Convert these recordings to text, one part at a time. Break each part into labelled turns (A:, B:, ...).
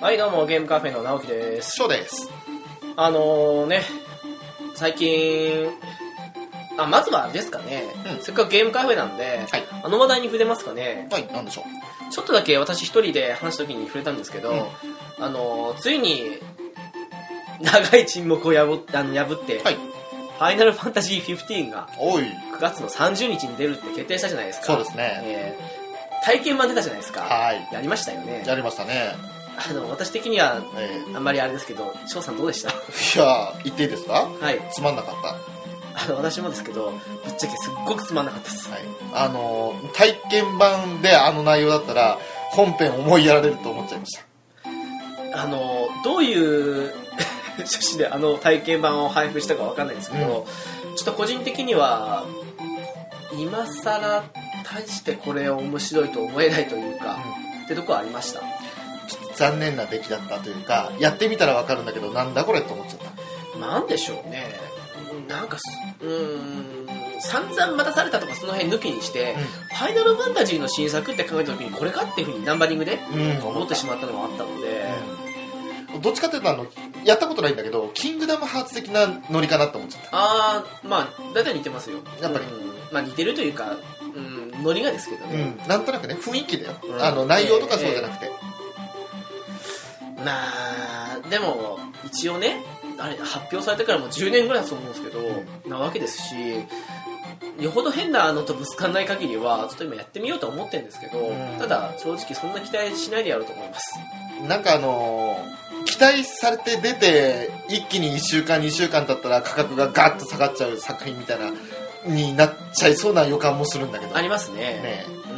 A: はいどうもゲームカフェの直樹です
B: ショーです。
A: あのー、ね最近あまずはあれですかね、
B: うん
A: せっかくゲームカフェなんで、
B: はい
A: あの話題に触れますかね
B: はい、なんでしょう。
A: ちょっとだけ私一人で話した時に触れたんですけど、
B: うん
A: あのー、ついに長い沈黙を破っあの破って、
B: はい。
A: ファイナルファンタジー15が
B: おい。
A: 9月の30日に出るって決定したじゃないですか
B: そうですね。
A: えー体験版出たじゃないですか
B: はい。
A: やりましたよね
B: やりましたね。
A: あの私的には
B: え
A: あんまりあれですけど翔さんどうで した
B: ー、いやー、言っていいですか
A: はい
B: つまんなかった。
A: あの私もですけどぶっちゃけすっごくつまんなかったです
B: はい。あのー、体験版であの内容だったら、本編思いやられると思っちゃいました。
A: あのどういう 趣旨であの体験版を配布したかわかんないですけど、ちょっと個人的には今更大してこれを面白いと思えないというか、ってとこはありました
B: ちょっと残念な出来だったというか、やってみたらわかるんだけど、なんだこれと思っちゃった。
A: なんでしょうねなんかすうーん散々待たされたとかその辺抜きにして、ファイナルファンタジーの新作って考えた時にこれかっていうふうにナンバリングで
B: うん、
A: 思ってしまったのもあったので、
B: うんどっちかっていうとあのやったことないんだけどキングダムハーツ的なノリかなと思っちゃった
A: ああまあ大体似てますよ
B: やっぱり
A: うんまあ似てるというか、うん、ノリがですけど
B: う
A: ね、
B: ん、なんとなくね雰囲気だよ、
A: うん
B: あの内容とかそうじゃなくて、
A: まあでも一応ねあれ発表されてからもう10年ぐらいだと思うんですけど、なわけですしよほど変なのとぶつかんない限りはちょっと今やってみようとは思ってるんですけど、
B: うん
A: ただ正直そんな期待しないでやると思います
B: なんかあのー期待されて出て一気に1週間2週間経ったら価格がガッと下がっちゃう作品みたいなになっちゃいそうな予感もするんだけど
A: ありますね
B: ね
A: う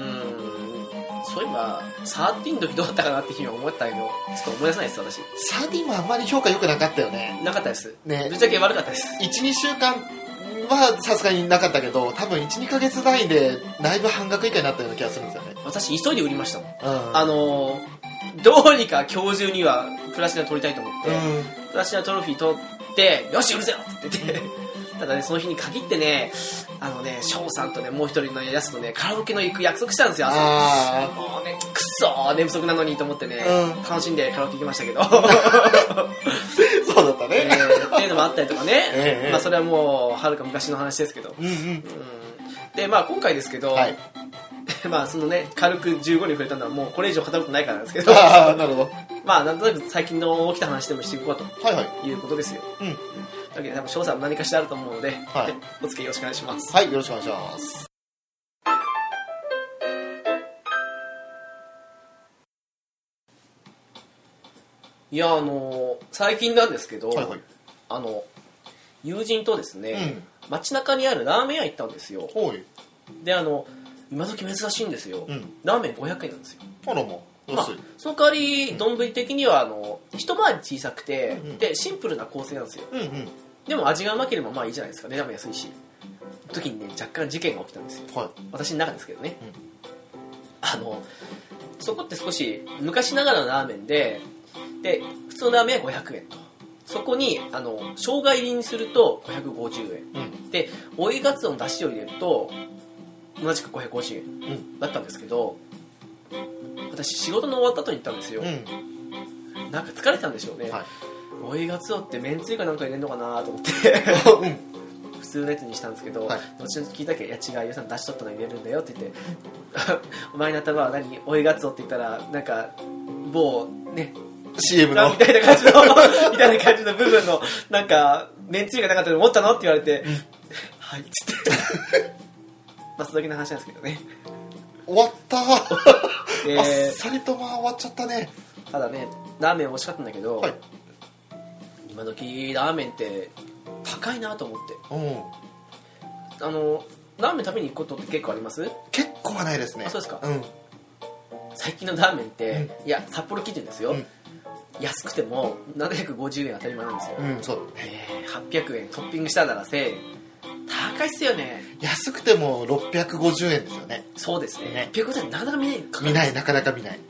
A: んそういえば13の時どうだったかなって日は思ったけどちょっと思い出せないです私
B: サディもあんまり評価良くなかったよね
A: なかったです
B: ね
A: ぶっちゃけ悪かったです
B: 12週間はさすがになかったけど多分12ヶ月単位でだいぶ半額以下になったような気がするんですよね、
A: 私急いで売りましたもん
B: うん、
A: あのーどうにか今日中にはプラチナ取りたいと思って、
B: うん
A: プラチナトロフィー取ってよし売るぜよって言っててただねその日に限ってねあのね翔さんとねもう一人のやつとねカラオケの行く約束したんですよ朝
B: あ
A: もうねくっそー寝不足なのにと思ってね、
B: うん
A: 楽しんでカラオケ行きました けど、
B: ーそうだった
A: え
B: ね、
A: ーっていうのもあったりとかね、
B: ええ
A: まあ、それはもうはるか昔の話ですけど、
B: うんうん
A: うんでまあ今回ですけど、
B: はい
A: まあそのね軽く15に触れたのはもうこれ以上語ることないからなんですけど
B: ああなるほど
A: まあ、なんとなく最近の起きた話でもしていこうか
B: はいはい
A: ということですよ。
B: うん
A: だけど、多分翔さんも何かしらあると思うので、
B: はい
A: お付き合いよろしくお願いします。
B: はい、よろしくお願いします。
A: いや、あのー最近なんですけど、
B: はいはい。
A: あの、友人とです
B: う
A: ね、
B: ん。
A: 街中にあるラーメン屋行ったんですよ。
B: おい。
A: で、あの、今時珍しいんですよ。
B: うん。
A: ラーメン500円なんですよ。
B: あらも。
A: まあ
B: 安い。、
A: その代わり、丼的には、あの、一回り小さくて、
B: うん
A: で、シンプルな構成なんですよ。
B: うんうん。
A: でも味がうまければまあいいじゃないですか。値段も安いし。時にね、若干事件が起きたんですよ。
B: は
A: 私の中ですけどね、あのそこって少し昔ながらのラーメンでで普通のラーメンは500円とそこにあの生姜入りにすると550円
B: い。うん。
A: で追いガツオの出汁を入れると同じく550円
B: うん。
A: だったんですけど私仕事の終わった後に行ったんですよ、
B: うん。
A: なんか疲れてたんでしょうね、
B: はい。
A: 追いガツオってめんつゆかなんか入れるのかなと思って
B: うん。
A: 普通のやつにしたんですけど、
B: はい
A: 後々聞いたけど「いや違うよさん出しとったの入れるんだよ」って言って 「お前の頭は何追いガツオ」って言ったらなんか某ね
B: CM
A: な
B: の
A: み。たいな 感じのみたいな感じの部分のなんかめんつゆがなかったの思ったのって言われて「はい」っつって まあそれだけの話なんですけどね
B: 終わったあっ
A: で
B: さりとまあ終わっちゃったね。
A: ただねラーメン美味しかったんだけど、
B: はい。
A: 今時ラーメンって高いなと思って
B: うん。
A: あのラーメン食べに行くことって結構あります
B: 結構はないですね。
A: あそうですか
B: うん。
A: 最近のラーメンって、いや札幌基準ですよ、
B: うん
A: 安くても750円当たり前なんですよ、
B: うん、そう。
A: えー800円トッピングしたなら1000円高いっすよね
B: 安くても650円ですよね。
A: そうですね
B: ね
A: っていうことはなかなか見ないかか
B: 見ない、なかなか見ない。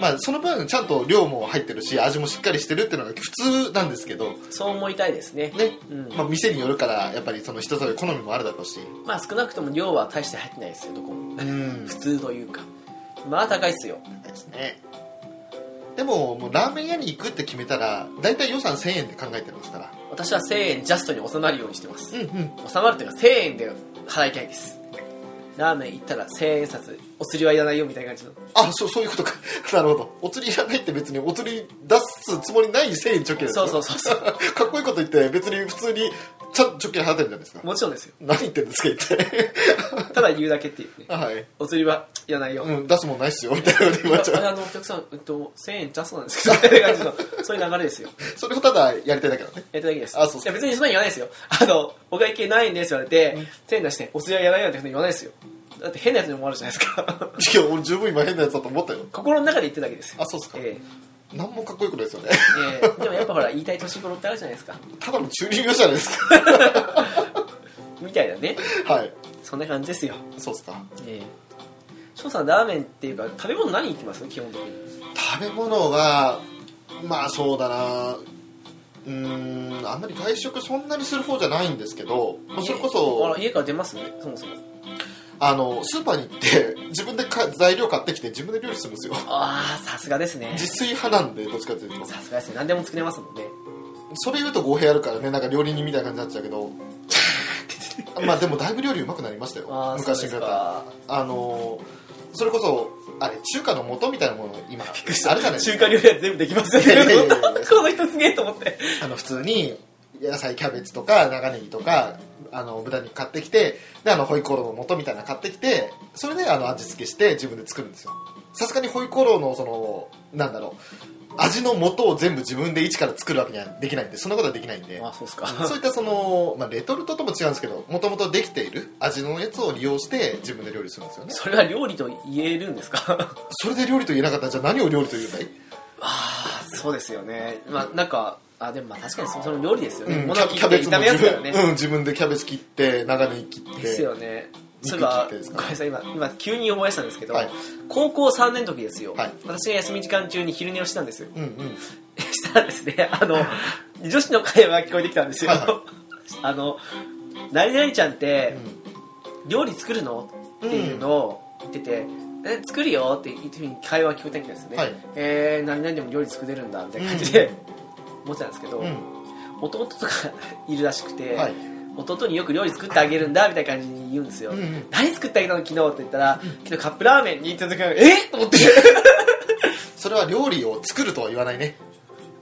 B: まあ、その分、ちゃんと量も入ってるし、味もしっかりしてるっていうのが普通なんですけど、
A: そう思いたいですね
B: ね。
A: うん
B: まあ、店によるから、やっぱりその人それぞれ好みもあるだろうし。
A: まあ少なくとも量は大して入ってないですよどこも
B: うん
A: 普。通というかまあ高いっすよ
B: ですね。でももうラーメン屋に行くって決めたら大体予算1000円で考えてますから
A: 私は1000円ジャストに収まるようにしてます
B: うんうん
A: 収まるというか1000円で払いたいですラーメン行ったら1000円札お釣りはいらないよみたいな感じの
B: あそうそういうことか なるほどお釣りいらないって別にお釣り出すつもりない1000円貯金
A: そうそううそうそう
B: かっこいいこと言って別に普通にちゃんと貯金払ってるじゃないですか
A: もちろんですよ
B: 何言ってん ですか一体
A: ただ言うだけっていうね
B: はい、
A: お釣りはいらないよ、
B: うん、出すもんないっすよみたいなこと言われちゃう
A: ああのお客さん、えっと、1000円ジャストなんですけどみたいな感 じのそういう流れですよ
B: それをただやりたいだけだね
A: やっただけです。
B: あそう
A: いや別にそんなに言わないですよ。あの、お会計ないんですって言われて、1000円出して、お釣りはやらないなんて言わないですよ。だって変なやつに思われるじゃないですか。
B: いや俺十分今変なやつだと思ったよ
A: 心の中で言ってるだけですよ。
B: あそうっすか
A: え
B: 何もかっこよくないですよね
A: えええでもやっぱほら、言いたい年頃ってあるじゃないですか。
B: ただの中二病じゃないですか
A: みたいなね。
B: はい
A: そんな感じですよ。
B: そうっすか
A: ええ翔さん、ラーメンっていうか、食べ物何行きます基本的に。
B: 食べ物はまあそうだなうーんあんまり外食そんなにする方じゃないんですけど、まあそれこ
A: ええあ
B: そ
A: ら家から出ますね、そもそも。
B: あのスーパーに行って 自分でか材料買ってきて自分で料理するんですよ
A: ああ、さすがですね。
B: 自炊派なんでどっちかっていうと
A: さすがですね。何でも作れますもん ね。
B: それ言うと語弊あるからねなんか料理人みたいな感じになっちゃう けどまあでもだいぶ料理うまくなりましたよ
A: ああ、そう
B: 昔
A: で
B: に比
A: す
B: べたら
A: か。
B: あのーそれこそあれ中華の素みたいなもの今あるじゃないです
A: 中
B: か
A: 華料理は全部できますよ
B: いやいやい
A: ね
B: やいや。
A: この人すげえと思って。
B: あの普通に野菜キャベツとか長ネギとかあの豚肉買ってきてであのホイコーローの素みたいなの買ってきてそれであの味付けして自分で作るんですよさすがにホイコーローのそのなんだろう味の素を全部自分で一から作るわけにはできないんでそんなことはできないんで
A: あそうですか。
B: そういったその、まあ、レトルトとも違うんですけどもともとできている味のやつを利用して自分で料理するんですよ ね
A: それは料理と言えるんですか
B: それで料理と言えなかったらじゃあ何を料理と言うんだい
A: あそうですよね。まあ、なんか、あ、でもまあ確かにそその料理ですよね。
B: うん
A: 物を切って炒めやすからね
B: 自。分,、うん、自分でキャベツ切って長ネギ切って
A: ですよね。そ
B: 肉
A: ういえば
B: 切ってです、か
A: ごめんなさい、今、今、急に思い出したんですけど、
B: はい
A: 高校3年の時ですよ、
B: はい
A: 私が休み時間中に昼寝をしたんですよ。
B: うんうん
A: したらですね、あの、女子の会話が聞こえてきたんですよ。
B: はいは
A: あの、何々ちゃんって、
B: う
A: 料理作るのっていうのを言ってて、え作るよって言ってるふうに会話聞こえたんですよね、
B: はい
A: えー、何々でも料理作れるんだみたいな感じで、思ってたんですけど、
B: ん
A: 弟とかいるらしくて、
B: はい
A: 弟によく料理作ってあげるんだみたいな感じに言うんですよ、
B: うんうん
A: 何作ってあげたの昨日って言ったら、昨日カップラーメンにって言った時からえっと思って
B: それは料理を作るとは言わないね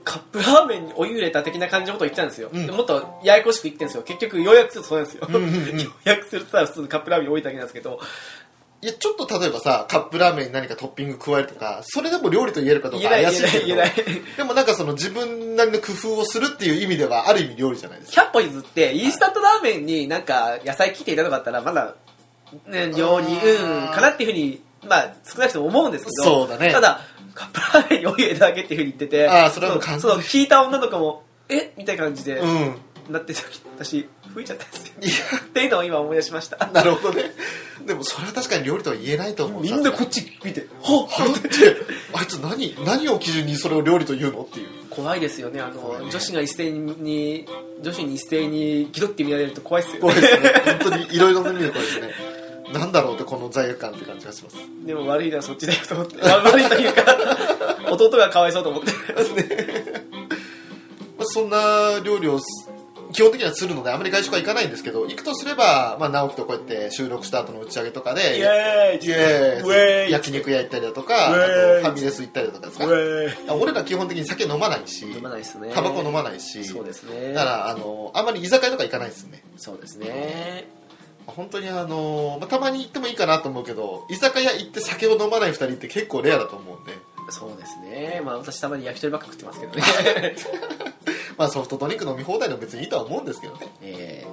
A: カップラーメンにお湯入れた的な感じのことを言ってたんですよ、
B: うん
A: でもっとややこしく言ってるんですよ結局要約するとそうなんですよ、
B: ん うんうん
A: 要約するとただ普通のカップラーメンに置いただけなんですけど
B: いやちょっと例えばさカップラーメンに何かトッピング加えるとかそれでも料理と言えるかどう
A: 言
B: か
A: えない
B: 怪
A: 言
B: し
A: え
B: い
A: ない
B: けど
A: 言えない
B: でもなんかその自分なりの工夫をするっていう意味ではある意味料理じゃない ですか
A: 100歩譲ってインスタントラーメンになんか野菜切っていたとかあったらまだ、ね、料理
B: あー
A: うんかなっていうふうにまあ少なくとも思うんですけど
B: そうだね
A: ただカップラーメンにお湯入れただけっていうふうに言ってて
B: あーそれはもう完全
A: そうそう聞いた女の子もえみたいな感じで、
B: うん
A: なってた時私吹いちゃったんですよ
B: い
A: っていうのを今思い出しました
B: やなるほどねでもそれは確かに料理とは言えないと思う
A: みんな
B: さ
A: こっち見て は
B: すがにはっってあいつ何何を基準にそ れを料理と言うのっていう
A: 怖いですよねあ
B: 怖い
A: の
B: ね
A: 女子が一斉に女子に一斉に気取って見られると怖いですよ
B: 怖い
A: ね
B: ですね本当にいろいろな意味で怖いですねなんだろうってこの罪悪感って感じがします
A: でも悪いのはそっちだよと思って悪いというか 弟がかわいそうと思って
B: まあそんな料理をす基本的にはするのであまり外食は行かないんですけど行くとすれば、まあ、直樹とこうやって収録した後の打ち上げとかで
A: イエーイ
B: イエーイ
A: ウェーイ
B: 焼肉屋行ったりだとかあ
A: ウ
B: と
A: ェーイ
B: ファミレス行ったりだとかですか
A: ェー
B: 俺ら基本的に酒飲まないし
A: 飲まないですね
B: タバコ飲まないし
A: そうですね
B: だからあのあんまり居酒屋とか行かないですね
A: そうですね
B: 本当にあの、まあ、たまに行ってもいいかなと思うけど居酒屋行って酒を飲まない2人って結構レアだと思うんで、
A: そうですねまあ私たまに焼き鳥ばっか食ってますけどね、
B: まあ、ソフトドリンク飲み放題でも別にいいとは思うんですけどね
A: え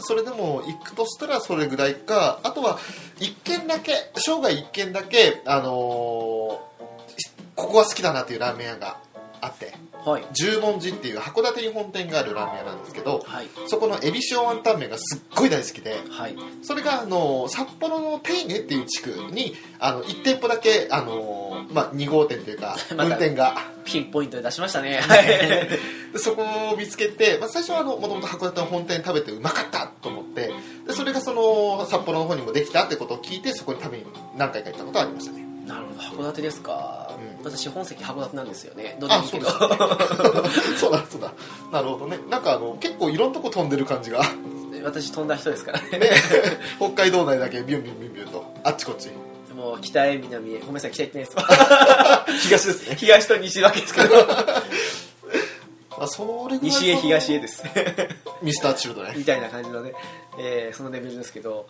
B: それでも行くとしたらそれぐらいかあとは一軒だけ生涯一軒だけ、あのーしここは好きだなっていうラーメン屋があって
A: ーはい
B: 十文字っていう函館に本店があるラーメン屋なんですけど
A: はい
B: そこのエビ塩ワンタン麺がすっごい大好きで
A: はい
B: それが、あのー札幌の手稲っていう地区にあの1店舗だけ、あのーまあ、2号店というか
A: また
B: 分店が。
A: ピンポイントで出しましたねはい
B: でそこを見つけて、まあ、最初はもともと函館の本店食べてうまかったと思ってでそれがその札幌の方にもできたってことを聞いてそこに食べに何回か行ったことはありましたね
A: なるほど函館ですか、
B: う
A: 私本籍函館なんですよねど
B: あ
A: もいい
B: そ
A: け
B: う
A: ど
B: です そうだそうだなるほどねなんかあの結構いろんなとこ飛んでる感じが
A: 私飛んだ人ですからね
B: ね北海道内だけビュンビュンビュンビュンとあっちこっち
A: もう北へ南へごめんなさい北行ってないです
B: 東で すね、
A: 東と西だけですけど
B: まあ、それぐらいかな
A: 西へ東へです
B: ミスターチルドレン
A: みたいな感じのね、えーそのレベルですけど、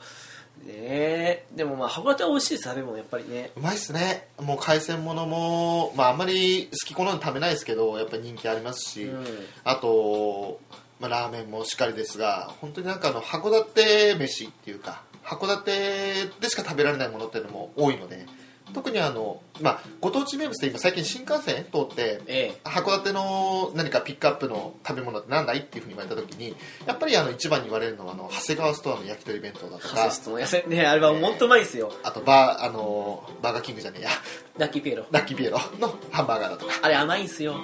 A: ねえ、でもまあ函館は美味しいです食べ物やっぱりね
B: うまいっすねもう海鮮ものも、まあ、あんまり好き好んで食べないですけどやっぱり人気ありますし、
A: うん
B: あと、まあ、ラーメンもしっかりですが本当になんかあの函館飯っていうか函館でしか食べられないものっていうのも多いので特にあの、まあ、ご当地名物って今最近新幹線通って
A: え
B: 函館の何かピックアップの食べ物ってなんだいっていうふうに言われた時にやっぱりあの一番に言われるのはあの長谷川ストアの焼き鳥弁当だと
A: え
B: か
A: ハセストの野菜ねあれはもっとうまいですよ
B: あとバーあのバーガーキングじゃねえや
A: ラッキーピエロ
B: ラッキーピエロのハンバーガーだとか
A: あれ甘いんすよ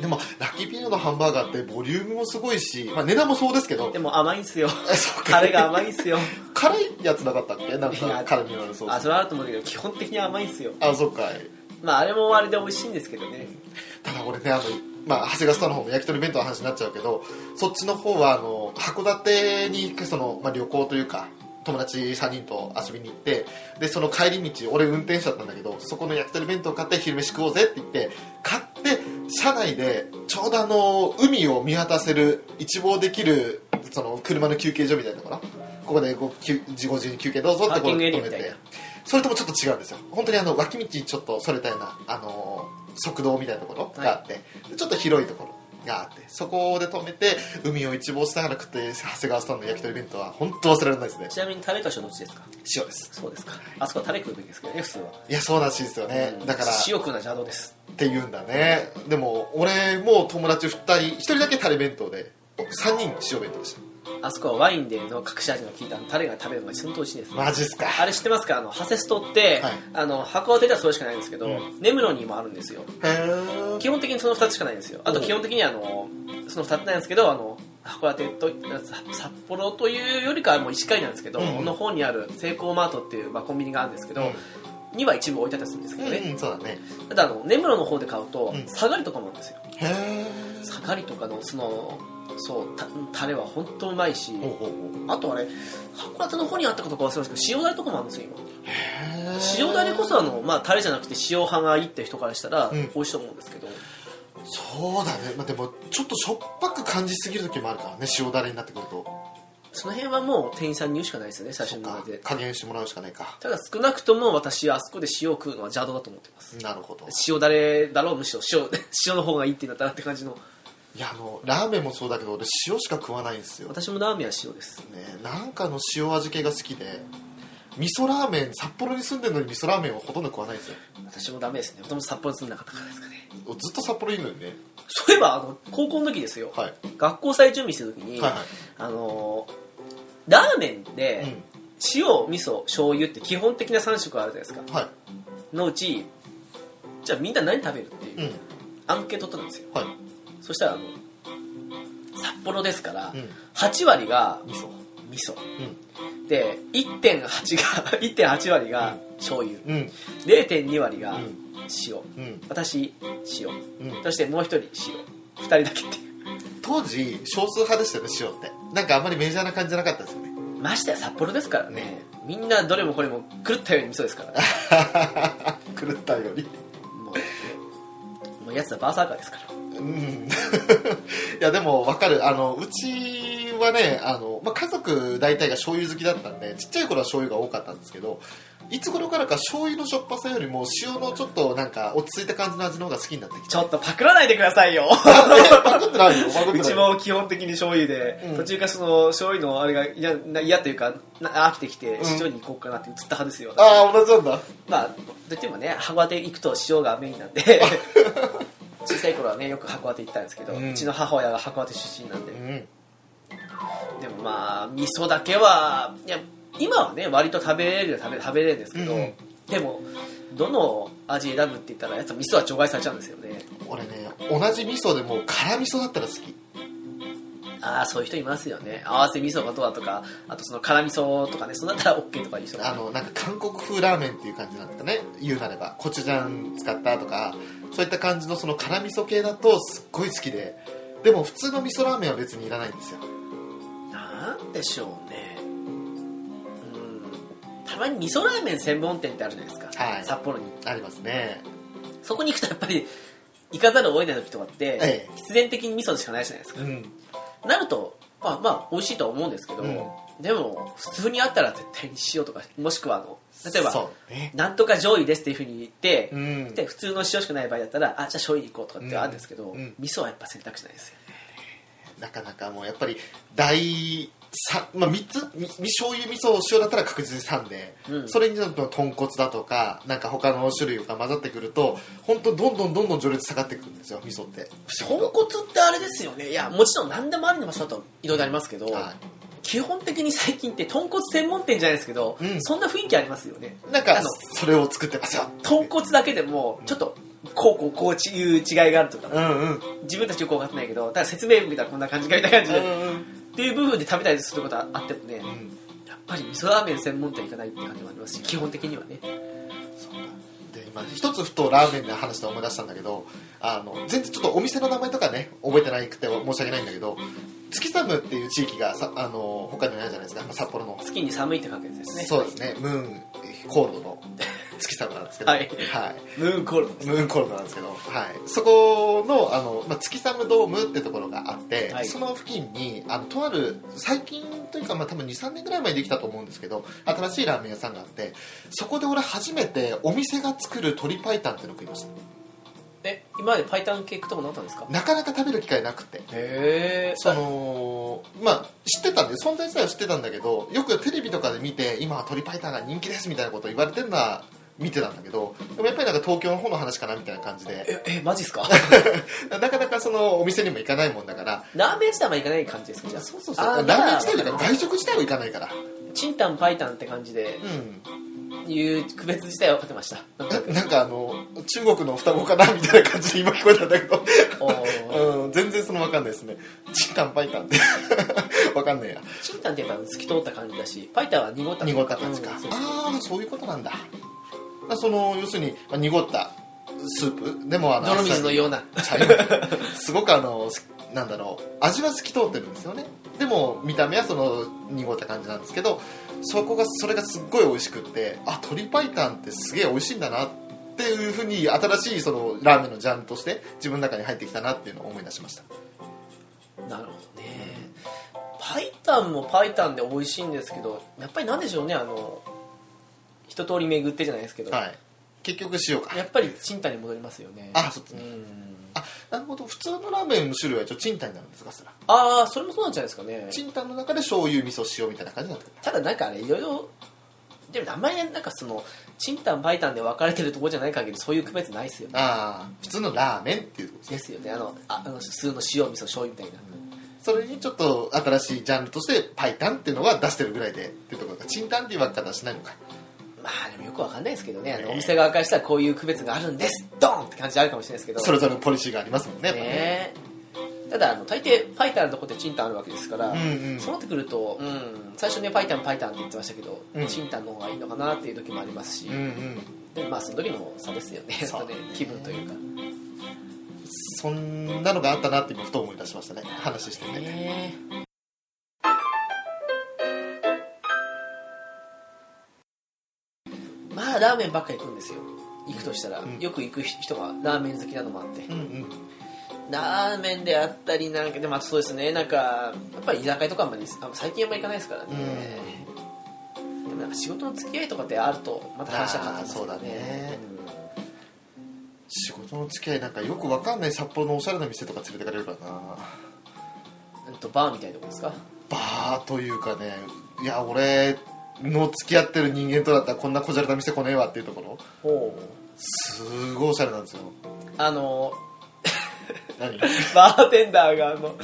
B: でもラッキーピエロのハンバーガーってボリュームもすごいし、まあ、値段もそうですけど
A: でも甘いんすよ
B: えそうか
A: タレが甘いんすよ
B: 辛いやつなかったっけなん
A: いや
B: か辛みのあるソー
A: あ
B: ス
A: それはあると思うけど基本的に甘いんすよ
B: あそうかい
A: まああれもあれで美味しいんですけどね
B: ただ俺ねあの、まあ、長谷川さんの方も焼き鳥弁当の話になっちゃうけどそっちの方はあの函館にその、まあ、旅行というか友達3人と遊びに行ってでその帰り道俺運転手だったんだけどそこの焼き鳥弁当買って昼飯食おうぜって言って買って車内でちょうどあの海を見渡せる一望できるその車の休憩所みたいなのかなここでご休ご自由に休憩どうぞってとこ
A: パーキン
B: ろで止
A: グ
B: め
A: エリアみたい
B: て
A: な
B: それともちょっと違うんですよ本当にあの脇道にちょっとそれたようなあの側道みたいなところがあって、でちょっと広いところがあってそこで止めて海を一望しながら食って長谷川さんの焼き鳥弁当は本当忘れられないですね
A: ちなみにタレとしてどっちですか
B: 塩です
A: そうですかあそこはタレ食うべきですけどね普通はい
B: やそうらしいですよねだから
A: 塩食うのは邪道です
B: って言うんだねでも俺もう友達2人1人だけタレ弁当で3人塩弁当でし
A: あそこはワインでの隠し味の効いたタレが食べるのが本当美味しいです
B: たマジっすか
A: あれ知ってますかあのハセストって、
B: はい
A: あの函館ではそれしかないんですけど、
B: うん
A: 根室にもあるんですよ
B: へー
A: 基本的にその2つしかないんですよあと
B: おう
A: 基本的にあのその2つなんですけどあの函館とさ札幌というよりかはもう石狩なんですけど、
B: うん
A: の方にあるセイコーマートっていう、まあ、コンビニがあるんですけど、には一部置いてあったりするんですけど
B: うん
A: ね、
B: うんそうだね
A: ただあの根室の方で買うと、
B: うん
A: 下がりとかもあるんですよ
B: へえ
A: 下がりとかのそのそうたタレは本当うまいし
B: ほうほうほう
A: あとあれ函館の方にあったことか忘れましたけど塩だれとかもあるんですよ今塩
B: 塩
A: だれこそあの、まあ、タレじゃなくて塩派がいいって人からしたら
B: うん
A: 美味しいと思うんですけど、
B: そうだね、まあ、でもちょっとしょっぱく感じすぎる時もあるからね塩だれになってくると
A: その辺はもう店員さんに言うしかないですよね最初
B: そう
A: の
B: か
A: 中で
B: 加減してもらうしかないか
A: ただ少なくとも私はあそこで塩を食うのは邪道だと思ってます
B: なるほど
A: 塩だれだろうむしろ塩 塩の方がいいってなったらって感じの
B: いやあのラーメンもそうだけど俺塩しか食わないんですよ、ね、
A: 私もラーメンは塩です
B: なんかの塩味系が好きで味噌ラーメン札幌に住んでるのに味噌ラーメンをほとんど食わないんですよ
A: 私もダメですねもともと札幌に住んでなかったからですかね
B: ずっと札幌いるのにね、
A: そういえばあの高校の時ですよ、
B: はい、
A: 学校祭準備してる時に、
B: はいは
A: あのーラーメンって
B: い、うん
A: 塩味噌醤油って基本的な3色あるじゃないですか
B: はい
A: のうちじゃあみんな何食べるっていううんアンケートを取ったんですよ
B: はい
A: そしたらあの札幌ですから、
B: うん
A: 8割が
B: 味噌
A: 味噌
B: う
A: で1.8が 1.8割が醤油
B: んうん
A: 0.2割が
B: うん
A: 塩、
B: うん
A: 私塩
B: うん
A: そしてもう1人塩2人だけっていう
B: 当時少数派でしたよね塩ってなんかあんまりメジャーな感じじゃなかったですよね
A: ましてや札幌ですからねみんなどれもこれも狂ったように味噌ですから、ね、
B: 狂ったより
A: もうもうやつはバーサーカーですから
B: うん いやでも分かるあのうちはねあの、まあ、家族大体が醤油好きだったんでちっちゃい頃は醤油が多かったんですけどいつ頃からか醤油のしょっぱさよりも塩のちょっとなんか落ち着いた感じの味の方が好きに なってきち
A: ちょっとパクらないでください よ
B: ゃうパクってないよパクっ
A: う
B: てない
A: ちも基本的に醤油で、
B: うん
A: 途中からその醤油のあれが嫌な嫌というかな飽きてきて
B: うん
A: 市場に行こうかなって移った派ですよ、
B: ああ同じなんだ
A: まあといってもね函館行くと塩がメインなん で小さい頃はねよく函館行ったんですけど、う
B: うん
A: ちの母親が函館出身なんで、
B: うん
A: でもまあ味噌だけはいや今はね割と食べれるよ食べ食べれるんですけど、
B: うん
A: でもどの味選ぶって言ったらやつは味噌は除外されちゃうんですよね
B: 俺ね同じ味噌でも辛味噌だったら好き
A: ああそういう人いますよね合わせ味噌がどうだとかあとその辛味噌とかねそうなったら OK とかいう人
B: あのなんか韓国風ラーメンっていう感じなんですかね言うなればコチュジャン使ったとかそういった感じのその辛味噌系だとすっごい好きででも普通の味噌ラーメンは別にいらないんですよ
A: なんでしょうねうんたまに味噌ラーメン専門店ってあるじゃないですか、
B: はい
A: 札幌に
B: ありますね
A: そこに行くとやっぱり行かざるを得ない時とかって、
B: ええ
A: 必然的に味噌しかないじゃないですか
B: うん
A: なるとまあまあ美味しいとは思うんですけど、
B: うん
A: でも普通にあったら絶対に塩とかもしくはあの例えば
B: そうね
A: なんとか醤油ですっていうふうに言って、
B: うん
A: で普通の塩しかない場合だったらあじゃあ醤油行こうとかってあるんですけど、
B: うんうん
A: 味噌はやっぱ選択肢ないですよね
B: なかなかもうやっぱり第三まあ、3つみみ醤油味噌塩だったら確実に3で、
A: うん
B: それにちょっと豚骨だとかなんか他の種類が混ざってくると本当どんどんどんどん序列下がってくるんですよ味噌って
A: 豚骨ってあれですよねいやもちろん何でもありの場所だといろいろありますけど、
B: は
A: 基本的に最近って豚骨専門店じゃないですけど、
B: うん
A: そんな雰囲気ありますよね
B: いなんか
A: あの
B: それを作ってますよ
A: 豚骨だけでもちょっとこうこうこういう違いがあるとか
B: うんうん
A: 自分たちよく分かってないけどただ説明文見たらこんな感じかみたいな感じで、
B: うんうん
A: っていう部分で食べたりすることはあってもね、
B: うん
A: やっぱり味噌ラーメン専門店行かないって感じもありますし基本的にはね
B: そうだで今一つふとラーメンの話で思い出したんだけどあの全然ちょっとお店の名前とかね覚えてなくて申し訳ないんだけど月寒っていう地域がさあの他にはないじゃないですかまあ札幌の
A: 月に寒いって書くやつですね
B: そうですねムーンコールドの月寒なんですけど
A: はいムーンコールド
B: ムーンコールドなんですけど、はい、そこのあの、まあ、月寒ドームってところがあって、
A: はい
B: その付近にあのとある最近というか、まあ、多分23年ぐらい前にできたと思うんですけど新しいラーメン屋さんがあってそこで俺初めてお店が作る鶏白湯っていうのを食いました
A: え今までパイタンケークとかなったんですか
B: なかなか食べる機会なくて
A: へえ
B: そのまあ知ってたんで存在自体は知ってたんだけどよくテレビとかで見て今は鳥パイタンが人気ですみたいなことを言われてるのは見てたんだけどでもやっぱりなんか東京の方の話かなみたいな感じで
A: ええマジっす か
B: なかなかそのお店にも行かないもんだから
A: ラーメン自体は行かない感じですかじゃあ
B: そうそうそう
A: あ
B: ラ
A: ー
B: ーメン自体と
A: だ
B: い
A: か
B: うから外食自体は行かないから
A: チンタンパイタンって感じで
B: う
A: いう区別自体は分かってましたなんと なん
B: なんかあの中国の双子かなみたいな感じで今聞こえたんだけど、
A: くおー
B: うん、全然その分かんないですねチンタンパイ タンって分かんないや
A: チンタンってやっぱ透き通った感じだしパイタンは濁った
B: 濁った感じか、
A: うんそうそう
B: ああそういうことなんだまあその要するに、まあ、濁ったスープでもあの
A: 泥水のような
B: あっさり茶色い すごくあのすなんだろう味は透き通ってるんですよねでも見た目はその濁った感じなんですけどそこがそれがすっごい美味しくってあ鶏白湯ってすげえ美味しいんだなっていうふうに新しいそのラーメンのジャンルとして自分の中に入ってきたなっていうのを思い出しました
A: なるほどねパイタンもパイタンで美味しいんですけどやっぱりなんでしょうねあの一通り巡ってじゃないですけど、
B: はい結局しようか
A: やっぱりチンタンに戻りますよね
B: あそっちね
A: うん
B: あなるほど普通のラーメンの種類は一応賃貸になるんですかそれは
A: ああそれもそうなんじゃないですかね
B: チンタンの中で醤油味噌塩みたいな感じになってく
A: ただなんかあれいろいろでも名前なんかそのチンタンバイタンで分かれてるとこじゃない限りそういう区別ないですよね
B: るああ普通のラーメンっていうとこです
A: で
B: ね
A: すよねあのああの普通の塩味噌醤油みたいな、
B: それにちょっと新しいジャンルとしてパイタンっていうのは出してるぐらいでっていうところがチンタンっていうわけからしないのか
A: まあでもよくわかんないですけどねあのお店側からしたらこういう区別があるんですドーンって感じあるかもしれないですけど
B: それぞれのポリシーがありますもんねやっぱね
A: ねただあの大抵パイタンのとこでチンタンあるわけですから、
B: うんうん
A: そうなってくると、うん、最初ねパイタンパイタンって言ってましたけど、
B: うん
A: チンタンの方がいいのかなっていう時もありますし、
B: うんうん
A: でまあその時の差ですよね
B: そう
A: やっぱね 気分というか
B: そんなのがあったなって今ふと思い出しましたね話してて
A: ねまあラーメンばっか行くんですよ行くとしたら、
B: うん
A: よく行く人がラーメン好きなのもあって、
B: うんうん
A: ラーメンであったりなんかでもあとそうですねなんかやっぱり居酒屋とかあんまりあ最近あんまり行かないですからね、でもなんか仕事の付き合いとかであるとまた話は変わってきますけど
B: あーそうだね仕事の付き合いなんかよくわかんない札幌のおしゃれな店とか連れてかれるからな
A: うん、うんとバーみたいなとこですか
B: バーというかねいや俺の付き合ってる人間とだったらこんなこじゃれた店来ねえわっていうところ
A: お
B: すごいおしゃれなんですよ
A: あの
B: 何
A: バーテンダーがあの、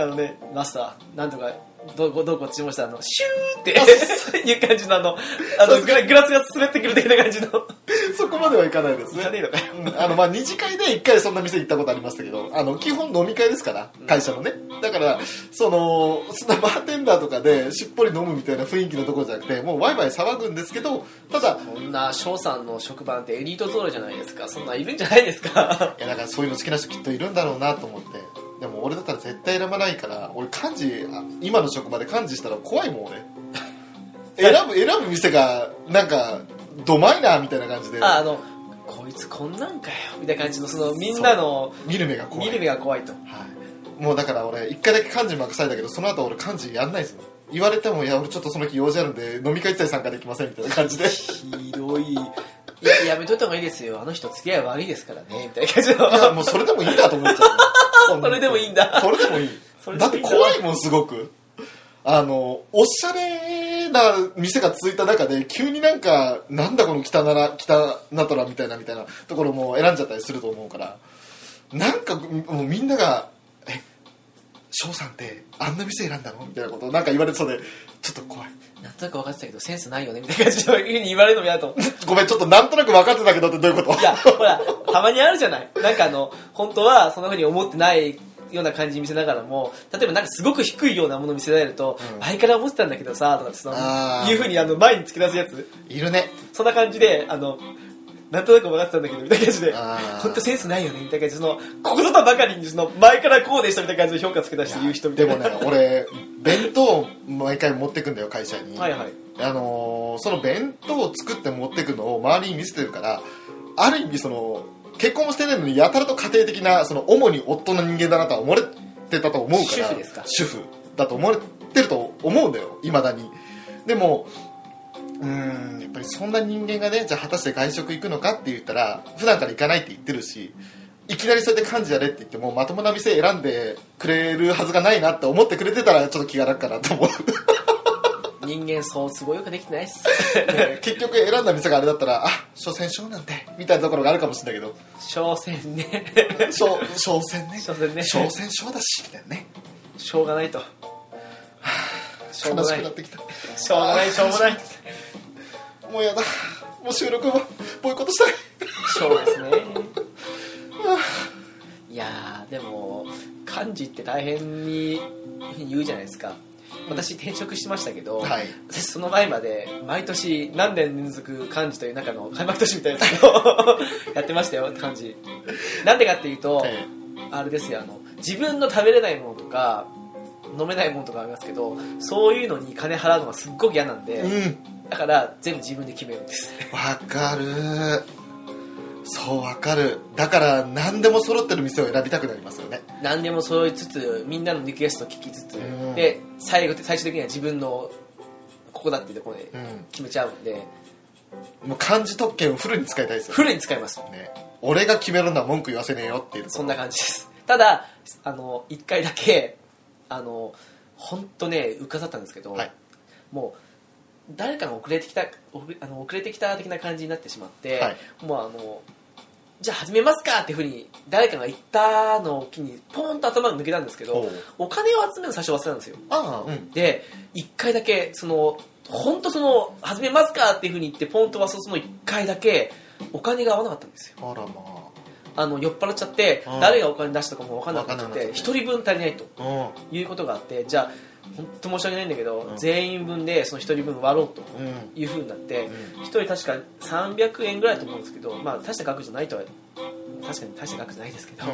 A: あのね、マスター、なんとかどこどこ注文したらあのシューってそういう感じのあのあのグラグラスが滑ってくる的な感じの
B: そこまではいかないです
A: い
B: ね
A: かねえのかよ
B: うんあのまあ二次会で一回そんな店行ったことありましたけどあの基本飲み会ですから会社のねだからそのそんなバーテンダーとかでしっぽり飲むみたいな雰囲気のところじゃなくてもうワイワイ騒ぐんですけどただ
A: こんな翔さんの職場ってエリートゾーンじゃないですかそんなんいるんじゃないですか
B: いやだからそういうの好きな人きっといるんだろうなと思ってでも俺だったら絶対選ばないから俺漢字あ今の職場で漢字したら怖いもん俺選ぶ選ぶ店がなんかドマイナーみたいな感じで
A: ああのこいつこんなんかよみたいな感じのそのみんなの
B: 見る目が怖い
A: 見る目が怖いと
B: はい、もうだから俺一回だけ漢字任されたけどその後俺漢字やんないですよ言われてもいや俺ちょっとその日用事あるんで飲み会一切参加できませんみたいな感じで
A: ひどいいややめといた方がいいですよあの人付き合い悪いですからねみたいな感じの
B: いやもうそれでもいいなと思っちゃ う
A: それでもいいんだ
B: それでもいい
A: それで
B: だっ
A: もい
B: て
A: いんだ
B: 怖いもんすごくあのおしゃれな店が続いた中で急になんかなんだこの北なら北ナトラみたいなみたいなところも選んじゃったりすると思うからなんかもうみんなが「え翔さんってあんな店選んだの?」みたいなことをなんか言われてそうでちょっと怖い
A: なんとなく分かってたけどセンスないよねみたいな感じの言われるのも嫌だと
B: ごめんちょっとなんとなく分かってたけどってどういうこと
A: いやほらたまにあるじゃないなんかあの本当はそんなふうに思ってないような感じに見せながらも例えばなんかすごく低いようなもの見せられると、
B: うん
A: 前から思ってたんだけどさとかってその
B: あー
A: いうふうにあの前に突き出すやつ
B: いるね
A: そんな感じであのなんとなく分かってたんだけどみたいな感じで
B: あー
A: 本当センスないよねみたいな感じでそのここぞとばかりにその前からこうでしたみたいな感じの評価つけ出して言う人みた
B: で
A: いな
B: もね俺弁当毎回持ってくんだよ会社に
A: はいはい
B: あのーその弁当を作って持ってくのを周りに見せてるからある意味その結婚もしてないのにやたらと家庭的なその主に夫の人間だなとは思われてたと思うか
A: 主
B: ら
A: 婦ですか
B: 主婦だと思われてると思うんだよいまだにでもうーんやっぱりそんな人間がねじゃあ果たして外食行くのかって言ったら普段から行かないって言ってるしいきなりそれで幹事やれって言ってもまともな店選んでくれるはずがないなって思ってくれてたらちょっと気が楽かな と思う
A: 人間そう都合よくできてないっ す
B: ね結局選んだ店があれだったらあ所詮賞なんてみたいなところがあるかもしれな いけ
A: 商戦ね
B: ど賞所詮ね
A: 所詮ね
B: 所詮賞だしみたいなね
A: しょうがないとしょう
B: 悲
A: が
B: し
A: な
B: く
A: い
B: なってきた
A: しょうがないしょうもない
B: もうやだもう収録もボイコットしたい
A: そうですねいやーでも漢字って大変に言うじゃないですか私転職しましたけど、
B: はい
A: 私その前まで毎年何年連続漢字という中の開幕年みたいなのを やってましたよ漢字なんでかっていうと、
B: え
A: あれですよあの自分の食べれないものとか飲めないものとかありますけどそういうのに金払うのがすっごく嫌なんで、
B: えうん
A: だから全部自分で決めるんです
B: わかるそうわかるだから何でも揃ってる店を選びたくなりますよね
A: 何でも揃いつつみんなのリクエストを聞きつつ、
B: うん
A: で最後最終的には自分のここだっていうところで
B: うん
A: 決めちゃうんで
B: もう漢字特権をフルに使いたいですよ
A: フルに使います
B: ね俺が決めるのは文句言わせねえよっていうとこ
A: そんな感じですただあの1回だけあの本当ねうかさったんですけど、
B: はい
A: もう誰かが遅れてきた遅れあの遅れてきた的な感じになってしまって、
B: はい
A: もうあのじゃあ始めますかっていうふうに誰かが言ったのを機にポンと頭が抜けたんですけ
B: お
A: ど
B: う
A: お金を集めるの最初忘れたんですよ
B: ああうん
A: で1回だけその本当その始めますかっていうふうに言ってポンと忘れその1回だけお金が合わなかったんですよ
B: あらま
A: あの酔っ払っちゃって
B: うん
A: 誰がお金出したかも分かんなくなっ
B: 分かんなくなっちゃ
A: て
B: っ
A: 1
B: て
A: 人分足りないと
B: あうん
A: いうことがあってじゃあ本当申し訳ないんだけど
B: うん
A: 全員分でその1人分割ろうと
B: うん
A: いうふうになって
B: う
A: 1人確か300円ぐらいだと思うんですけどまあ大した額じゃないとは確かに大した額じゃないですけど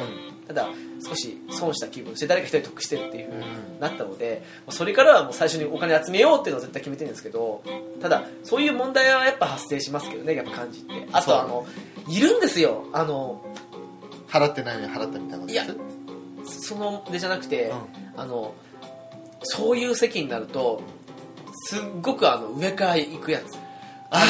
A: ただ少し損した気分して誰か1人得してるっていうなったのでそれからはもう最初にお金集めようっていうのを絶対決めてるんですけどただそういう問題はやっぱ発生しますけどねやっぱ感じってあ
B: そう
A: とあのいるんですよあの
B: 払ってないのに払ったみたいなことです
A: いやそのでじゃなくて、
B: う
A: あのそういう席になるとすっごくあの上から行くやつあ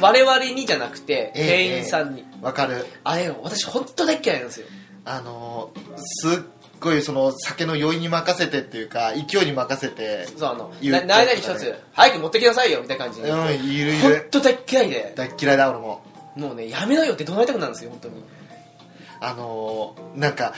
A: の我々にじゃなくて
B: ええ
A: 店員さんに、
B: んわかる
A: あれよ私本当大っ嫌いなんですよ
B: あのーすっごいその酒の酔いに任せてっていうか勢いに任せて
A: そうあの
B: 言
A: な
B: っちゃう
A: 何々一
B: とかね
A: つ早く持ってきなさいよみたいな感じ
B: う
A: で、
B: んいるい
A: 本
B: る
A: 当大っ嫌いで
B: 大っ嫌いだ俺も
A: もうねやめなよって怒鳴りたくなるんですよ本当に
B: あのーなんか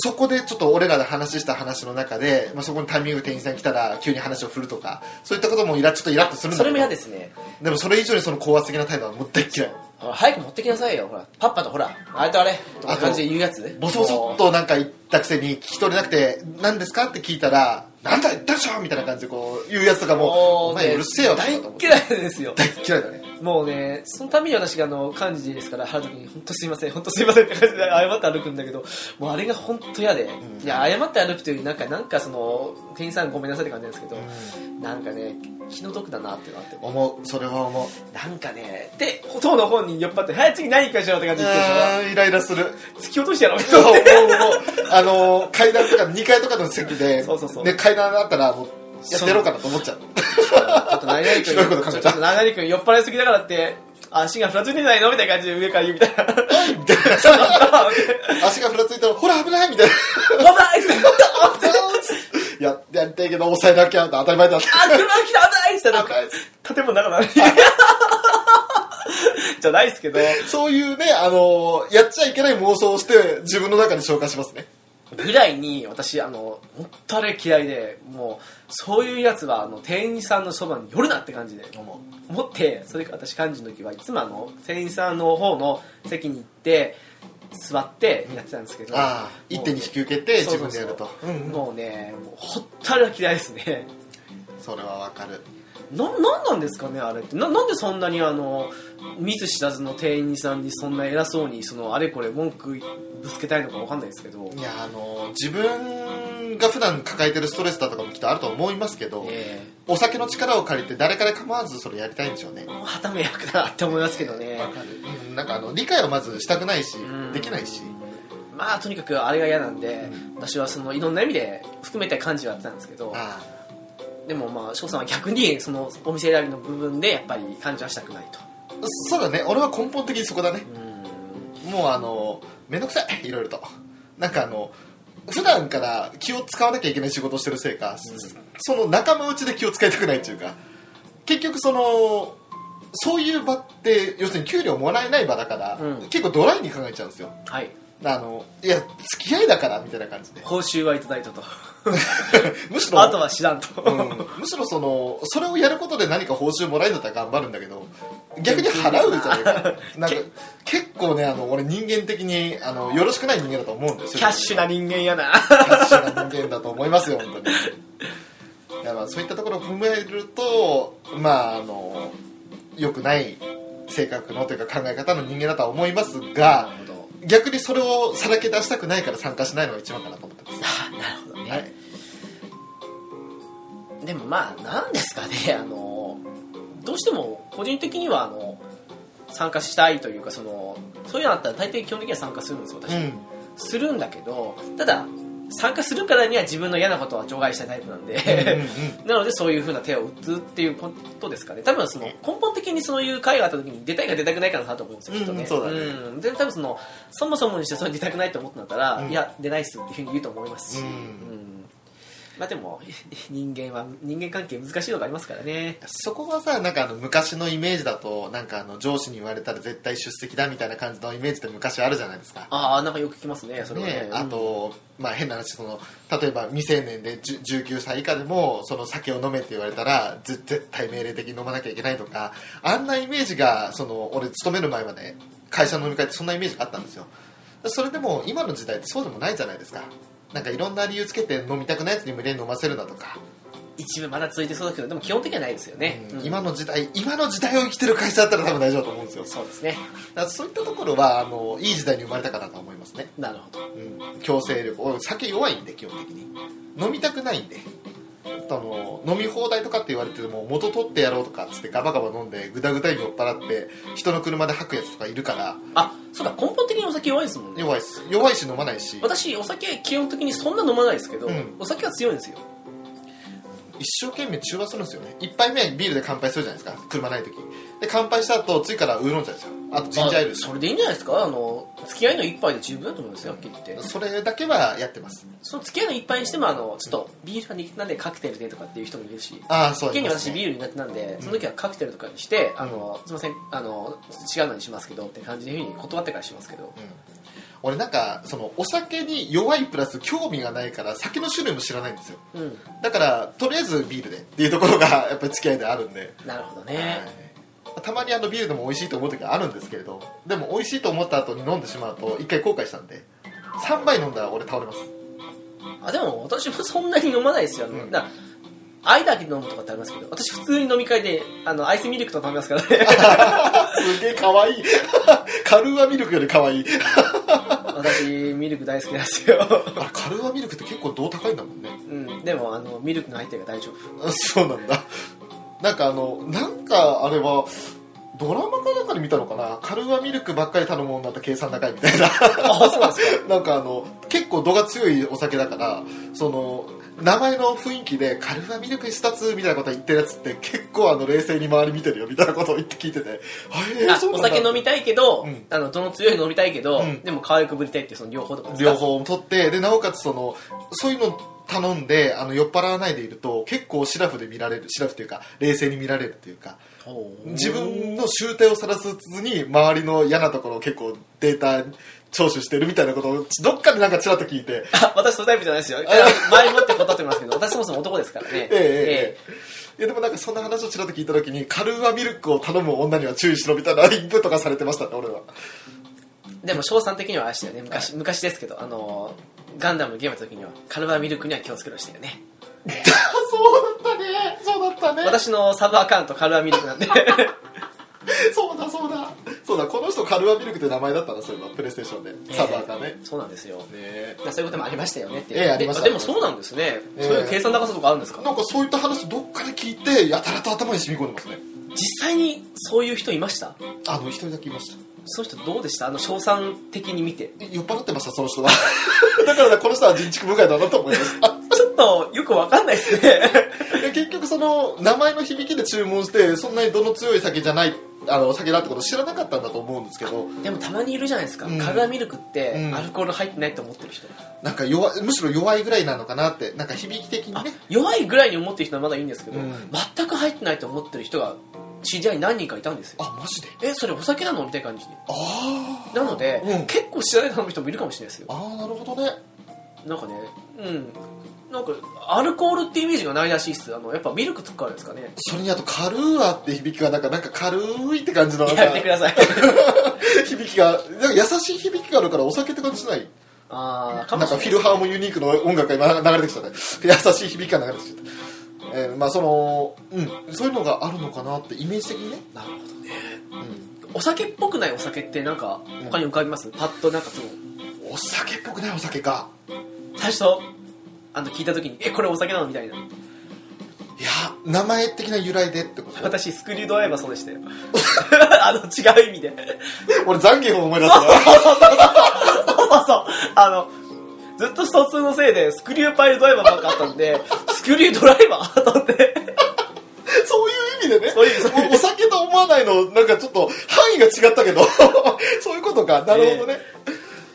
B: そこでちょっと俺らで話した話の中で、まあ、そこにタイミング店員さん来たら急に話を振るとかそういったこともイラちょっとイラッとするん
A: そ
B: だ
A: れ
B: け
A: も嫌
B: ど
A: ですね
B: でもそれ以上にその高圧的な態度はもう大っ嫌い
A: あ早く持ってきなさいよほらパッパとほらあれとあれとか感じで言うやつ
B: ボソボソっ
A: も
B: となんか言ったくせに聞き取れなくて「何ですか?」って聞いたら「なんだ言ったでしょ!」みたいな感じでこう言うやつとか
A: う
B: も「お
A: ね
B: 前うるせえよ」
A: 大
B: 大
A: っ
B: っ
A: 嫌いですよ
B: 嫌いだね
A: もうねそのために私があの幹事ですから原田君に本当すいません本当すいませんって感じで謝って歩くんだけどもうあれが本当嫌で、
B: ん
A: いや謝って歩くというよりなんかなんかその店員さんごめんなさいって感じなんですけど、なんかね気の毒だなっていうのがあって
B: 思うそれは思う
A: なんかねで当の本人酔っ払って「はい次何行きましょう」って感じで言ってる
B: あーイライラする
A: 人は突き落としてやろう
B: そうも
A: と
B: うもうあのー階段とか2階とかの席で
A: そうそうそう
B: ね、階段あったらもうやってやろうかなと思っちゃう
A: ちょっと何々君
B: ひどいこと考え
A: ちょ
B: た
A: っと何々君酔っ払いすぎだからって足がふらついてんじゃないのみたいな感じで上から言うみたいな
B: みたい な足がふらついたらほら危ないみたいな
A: 危ないって
B: ややりたいけど抑えなきゃ当たり前だっ
A: あ、車が来た危ないって言ったら
B: 危ない
A: 建物の中なのに。 じゃないですけど、
B: たそういうねあのーやっちゃいけない妄想をして自分の中で消化しますね
A: ぐらいに私、あの、本当あれ嫌いで、もう、そういうやつは、あの、店員さんのそばに寄るなって感じで。
B: 思う
A: 思ってそれから私幹事の時はいつもあの店員さんの方の席に行って座ってやってたんですけど、
B: ああ一手に引き受けて
A: そうそ
B: 自分
A: う
B: で
A: そう
B: やるとうんうん
A: もうねもうほったら嫌いですね
B: それはわかる
A: ななんなんですかねあれってななんでそんなにあの見ず知らずの店員さんにそんな偉そうにそのあれこれ文句ぶつけたいのかわかんないですけど
B: いやあのー自分が普段抱えてるストレスだとかもきっとあると思いますけど、
A: え
B: お酒の力を借りて誰から構わずそれやりたいんでしょうね
A: えはため役だなって思いますけどね
B: わかる、うん、なんかあの理解をまずしたくないし、
A: ん
B: できないし
A: まあとにかくあれが嫌なんで私はそのいろんな意味で含めて幹事をやってたんですけど
B: あ
A: でもまあ翔さんは逆にそのお店選びの部分でやっぱり感じはしたくないと
B: あそうだね俺は根本的にそこだねもうあのめんどくさいいろいろとなんかあの普段から気を使わなきゃいけない仕事をしてるせいか、その仲間内で気を使いたくないっていうか結局そのそういう場って要するに給料もらえない場だから、
A: うん
B: 結構ドライに考えちゃうんですよ
A: はい
B: あのいや付き合いだからみたいな感じで
A: 報酬はいただいたと
B: むしろ
A: あとは知らんと、
B: うんむしろそのそれをやることで何か報酬もらえるんだったら頑張るんだけど逆に払うじゃな いかなんか結構ねあの俺人間的にあのよろしくない人間だと思うんですよ
A: キャッシュな人間やな
B: キャッシュな人間だと思いますよ本当にだからそういったところを踏まえるとまああの良くない性格のというか考え方の人間だとは思いますが
A: なるほど
B: 逆にそれをさらけ出したくないから参加しないのが一番かなと思ってます
A: あなるほどね、
B: はい
A: でもまあなんですかね あのどうしても個人的にはあの参加したいというかそのそういうのあったら大抵基本的には参加するんですよ私、
B: うん
A: するんだけどただ参加するからには自分の嫌なことは除外したいタイプなんで、
B: うんうん
A: なのでそういうふうな手を打つっていうことですかね多分その根本的にそういう会があった時に出たいか出たくないかだなと思うんですよきっとね,、
B: うんそうだね
A: んで多分そのそもそもにしてそれ出たくないと思ったんだったら、
B: うん
A: いや出ないっすっていうふうに言うと思いますし、
B: うん
A: まあでも 人間は人間関係難しいのがありますからね
B: そこはさなんかあの昔のイメージだとなんかあの上司に言われたら絶対出席だみたいな感じのイメージって昔あるじゃないですか。
A: ああなんかよく聞きますねそれはね
B: ね、あと、まあ、変な話その例えば未成年でじゅ19歳以下でもその酒を飲めって言われたらぜ絶対命令的に飲まなきゃいけないとかあんなイメージがその俺勤める前まで会社の飲み会ってそんなイメージがあったんですよそれでも今の時代ってそうでもないじゃないですかなんかいろんな理由つけて飲みたくないやつに無理やり飲ませるだとか
A: 一部まだ続いてそうだけどでも基本的にはないですよね、
B: うん
A: うん
B: 今の時代今の時代を生きてる会社だったら多分大丈夫だと思うんですよ
A: そうですね
B: だからそういったところはあのいい時代に生まれたかなと思いますね、
A: なるほど
B: うん、強制力お酒弱いんで基本的に飲みたくないんであの飲み放題とかって言われてても元取ってやろうとかっつってガバガバ飲んでぐだぐだに酔っ払って人の車で吐くやつとかいるから
A: あそうか根本的にお酒弱いですもんね
B: 弱いっす弱いし飲まないし
A: 私お酒基本的にそんな飲まないですけど、
B: うん
A: お酒は強いんですよ
B: 一生懸命中和するんですよね一杯目ビールで乾杯するじゃないですか車ない時で乾杯した後次からウーロン茶ですよあとジンジャーエール
A: あそれでいいんじゃないですかあの付き合いの一杯で十分だと思いますよはっきり言って
B: それだけはやってます
A: その付き合いの一杯にしてもあのちょっとビールが苦手なんでカクテルでとかっていう人もいるし
B: ああそう
A: 現
B: で
A: に
B: す
A: 私
B: ね
A: ビール苦手なんでその時はカクテルとかにして、あのすいませんあの違うのにしますけどって感じでいうふうに断ってからしますけど
B: うん俺なんかそのお酒に弱いプラス興味がないから酒の種類も知らないんですよ
A: うん
B: だからとりあえずビールでっていうところが やっぱり付き合いであるんで、
A: なるほど
B: は
A: ね
B: いたまにあのビールでも美味しいと思う時はあるんですけれどでも美味しいと思った後に飲んでしまうと一回後悔したんで3杯飲んだら俺倒れます
A: あでも私もそんなに飲まないですよ、あの
B: うん
A: だアイだけ飲むとかってありますけど私普通に飲み会であのアイスミルクとか飲みますからね
B: すげえ可愛い カルーアミルクより可愛い
A: 私ミルク大好きなんですよ、
B: あれカルーアミルクって結構どう高いんだもんね
A: うん、でもあのミルクの入ってるから大丈夫
B: あそうなんだなんかあのなんかあれはドラマかなんかで見たのかなカルーアミルクばっかり頼む女と計算高いみたいな
A: あそうなんですか
B: なんかあの結構度が強いお酒だからその名前の雰囲気でカルーアミルク一つみたいなこと言ってるやつって結構あの冷静に周り見てるよみたいなことを言って聞いてて、あえー
A: あ
B: そう
A: お
B: なんだ
A: 酒飲みたいけど、
B: うん
A: あのどの強いの飲みたいけど、
B: うん
A: でも可愛くぶりたいっていうその両方とかですか
B: 両方取ってでなおかつそのそういうの頼んであの酔っ払わないでいると結構シラフで見られるシラフというか冷静に見られるというか
A: ほう
B: 自分の終点を晒すつつに周りの嫌なところを結構データ聴取してるみたいなことをどっかでなんかちらっと聞いて
A: あ私そのタイプじゃないですよ前もって断ってますけど私そもそも男ですからね
B: ええええいやでもなんかそんな話をちらっと聞いた時にカルーアミルクを頼む女には注意しろみたいなインプとかされてましたね俺は
A: でも翔さん的にはあれでしたよね昔昔ですけどあのガンダムのゲームの時にはカルバミルクには気をつけろしてよね
B: そうだったねそうだったね
A: 私のサブアカウントカルバミルク なんで
B: そうだそうだそうだこの人カルーアミルクって名前だったなそういえばプレイステーションでサーバーがね、
A: そうなんですよ
B: ねえ
A: まあそういうこともありましたよねっていう、
B: ええありました
A: ででもそうなんですね、
B: ええ
A: そういう計算高さとかあるんですか
B: なんかそういった話どっかで聞いてやたらと頭に染み込んでますね
A: 実際にそういう人いました
B: あの一人だけいました
A: その人どうでしたあの賞賛的に見て
B: 酔っ払ってましたその人は だからねこの人は人畜無害だなと思いましたあ
A: ちょっとよくわかんないですね
B: で結局その名前の響きで注文してそんなにどの強い酒じゃないあの酒だってこと知らなかったんだと思うんですけど
A: でもたまにいるじゃないですか、
B: うん
A: カルバミルクって
B: うん
A: アルコール入ってないと思ってる人、
B: なんか弱いむしろ弱いぐらいなのかなってなんか響き的に
A: あ
B: ね
A: 弱いぐらいに思ってる人はまだいいんですけど、
B: うん
A: 全く入ってないと思ってる人が知り合いに何人かいたんですよ
B: あマジで
A: えそれお酒なのみたいな感じで
B: あ
A: なので、
B: うん
A: 結構知らない頼む人もいるかもしれないです
B: あ
A: よ
B: ああなるほどね
A: なんかねうんなんかアルコールってイメージがないらしいっすあのやっぱミルクとかからですかね
B: それにあとカルーアって響きがなんかなんか軽いって感じのなんか
A: やめてください
B: 響きがなんか優しい響きがあるからお酒って感じしない
A: ああか
B: な
A: も
B: ん
A: しれない
B: かフィルハーモニユニークの音楽が今流れてきたね優しい響きが流れてきちゃった、えーまあそのうん、そういうのがあるのかなってイメージ的にね、
A: なるほどね
B: う
A: お酒っぽくないお酒ってなんか他に浮かびます、パッとなんかその
B: ん、お酒っぽくないお酒か
A: 最初あの聞いた時にえこれお酒なのみたいない
B: や名前的な由来でっ てこと
A: 私スクリュードライバーそうでしたよ あの違う意味で
B: 俺残業思い出したな
A: そうそうそうあのずっと疎通のせいでスクリューパイルドライバーばっかあったん でスクリュードライバーと思って
B: そういう意味でね
A: そういう意味そういう意味
B: もお酒と思わないのなんかちょっと範囲が違ったけど そういうことかなるほどね、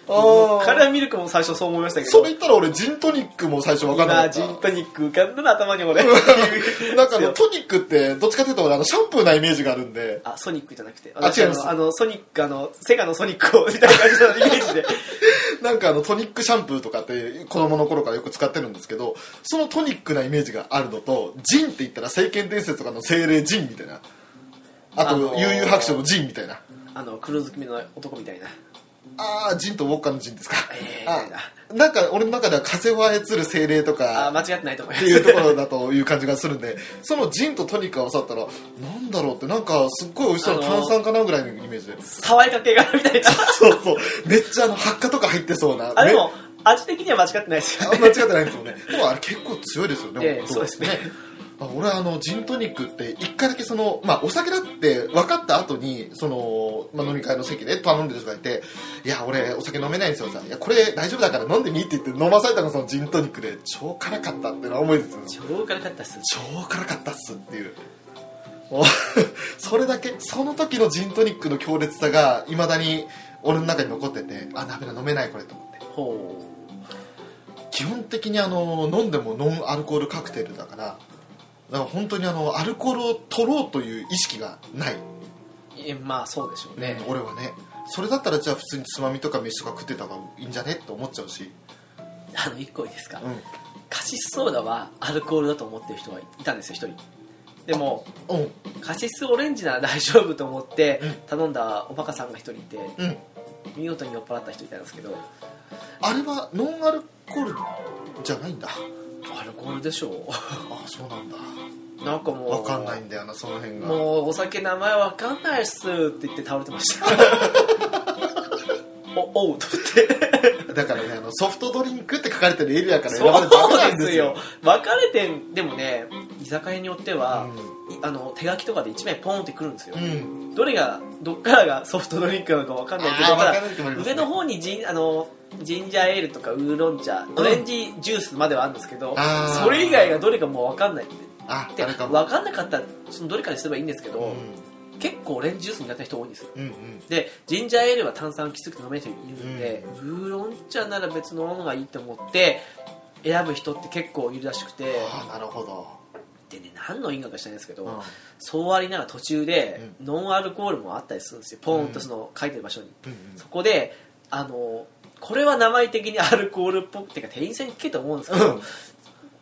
B: あ
A: カ
B: ー
A: ラーミルクも最初そう思いましたけど
B: それ言ったら俺ジントニックも最初分かんなか
A: 今
B: った
A: ジントニック浮かんだな頭に俺
B: なんかあのトニックってどっちかというと俺あのシャンプーなイメージがあるんで
A: あソニックじゃなくて
B: あ違います
A: あのソニックあのセガのソニックをみたいな感じのイメージで
B: なんかあのトニックシャンプーとかって子供の頃からよく使ってるんですけどそのトニックなイメージがあるのとジンって言ったら「聖剣伝説」とかの精霊ジンみたいなあ
A: あの
B: と
A: ー
B: 悠々白書のジンみたいな
A: あのクルーズ組の男みたいな
B: ああジンとウォッカのジンですか、
A: え
B: あ
A: ー
B: なんか俺の中では風を操る精霊と
A: あ
B: か
A: 間違ってないと思いま
B: って
A: す
B: いう ところだという感じがするんでそのジンとトニックが合わさったらなんだろうってなんかすっごい美味しそうな炭酸かなぐらいのイメージで、
A: 爽やか系がみたいな
B: そうそうめっちゃあの発火とか入ってそうな
A: あで
B: め
A: も味的には間違ってないですよ
B: あ間違ってないですよね。でもあれ結構強いですよね。
A: ええ
B: 本当
A: そうですね。
B: あ俺はあのジントニックって一回だけそのまあお酒だって分かった後にそのまあ飲み会の席で頼んでる人がいて、いや俺お酒飲めないんですよさ。いやこれ大丈夫だから飲んでみって言って飲まされたのがそのジントニックで超辛かったっていうのは思いですよ。
A: 超辛かったっす
B: 超辛かったっすっていう。 おそれだけその時のジントニックの強烈さがいまだに俺の中に残っててあダメだ飲めないこれと思って
A: ほう
B: 基本的にあの飲んでもノンアルコールカクテルだからだから本当にあのアルコールを取ろうという意識がない、
A: えまあそうでしょうね、
B: 俺はねそれだったらじゃあ普通につまみとか飯とか食ってた方がいいんじゃねって思っちゃうし、
A: あの1個いいですか、
B: うん、
A: カシスソーダはアルコールだと思ってる人がいたんですよ1人でも
B: うん
A: カシスオレンジなら大丈夫と思って
B: うん
A: 頼んだおバカさんが1人いて
B: うん
A: 見事に酔っ払った人いたんですけど
B: あれはノンアルコールじゃないんだ
A: アルコールでしょ
B: あそうなんだ
A: う なんかもう
B: わかんないんだよなその辺が
A: もうお酒名前わかんないっすって言って倒れてま したおおうと思って
B: だからねあのソフトドリンクって書かれてるエリアから選ばれて
A: そう
B: ないん
A: で
B: です
A: す
B: よ
A: よ 分かれてんでもね居酒屋によっては、
B: う
A: いあの手書きとかで1枚ポンってくるんですよ、
B: ん、うん、
A: どれがどっからがソフトドリンクなのか分か
B: あ
A: ん
B: ー
A: ないけどた
B: わ
A: だ
B: かんないって思います
A: 上の方にジンあのジンジャーエールとかウーロン茶オレンジジュースまではあるんですけど、
B: あー
A: それ以外がどれかもう分かんないって
B: あ
A: で
B: あれか
A: 分
B: も
A: かんなかったらそのどれかにすればいいんですけど、
B: う
A: 結構オレンジジュース苦手な人多いんですよ
B: んうんうん
A: でジンジャーエールは炭酸きつくて飲める人いるんで、ウーロン茶なら別のものがいいと思って選ぶ人って結構いるらしくて
B: ああなるほど、
A: でね何の因果か知らないですけど、
B: うん
A: そうありながら途中で、ノンアルコールもあったりするんですよポーンとその書いてる場所に、
B: うん
A: そこであのこれは名前的にアルコールっぽくてか店員さんに聞けと思うんですけど、
B: うん
A: っ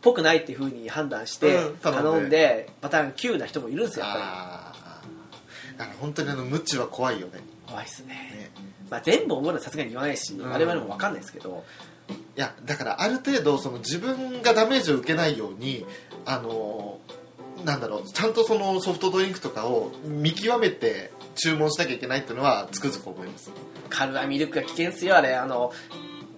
A: ぽくないっていうふうに判断して
B: うん頼んで
A: 頼んでパターン9な人もいるんですよやっぱ
B: ああだから本当にあの無知は怖いよね
A: り怖いっすね
B: ね
A: まあ、全部覚えるのはさすがに言わないし、
B: うん
A: 我々も分かんないですけど
B: いやだからある程度その自分がダメージを受けないようにあのなんだろうちゃんとそのソフトドリンクとかを見極めて注文しなきゃいけないっていうのはつくづく思います
A: カルアミルクが危険っすよあれあの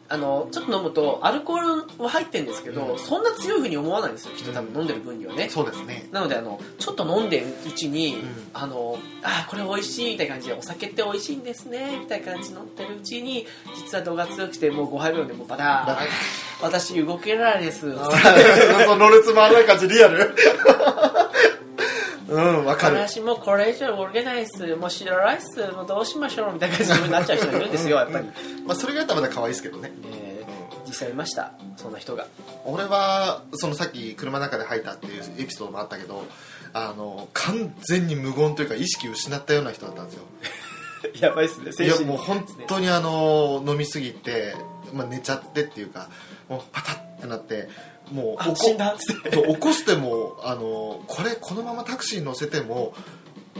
A: あのちょっと飲むとアルコールは入ってるんですけど、
B: うん
A: そんな強いふうに思わないんですよきっと多
B: う
A: 分
B: ん
A: 飲んでる分にはね、
B: そうですね
A: なのであのちょっと飲んでるうちに、
B: ん
A: あのあーこれ美味しいみたいな感じでお酒って美味しいんですねみたいな感じで飲んでるうちに実は度が強くてもう5杯目でもうバターン私動けないです
B: その列回らない感じリアル うんわかる
A: 私もうこれ以上動けないっすもう白ライスもうどうしましょうみたいな感じになっちゃう人いるんですよやっぱり、
B: まあ、それがやったらまだ可愛いですけどね
A: えー実際いましたそんな人が
B: 俺はそのさっき車の中で吐いたっていうエピソードもあったけどあの完全に無言というか意識を失ったような人だったんですよ
A: やばいっすね
B: いやもう本当にあの飲みすぎて、まあ、寝ちゃってっていうかもうパタッてなってもう
A: あ
B: こ
A: 死んだっつって
B: そう起こしてもあのこれこのままタクシーに乗せても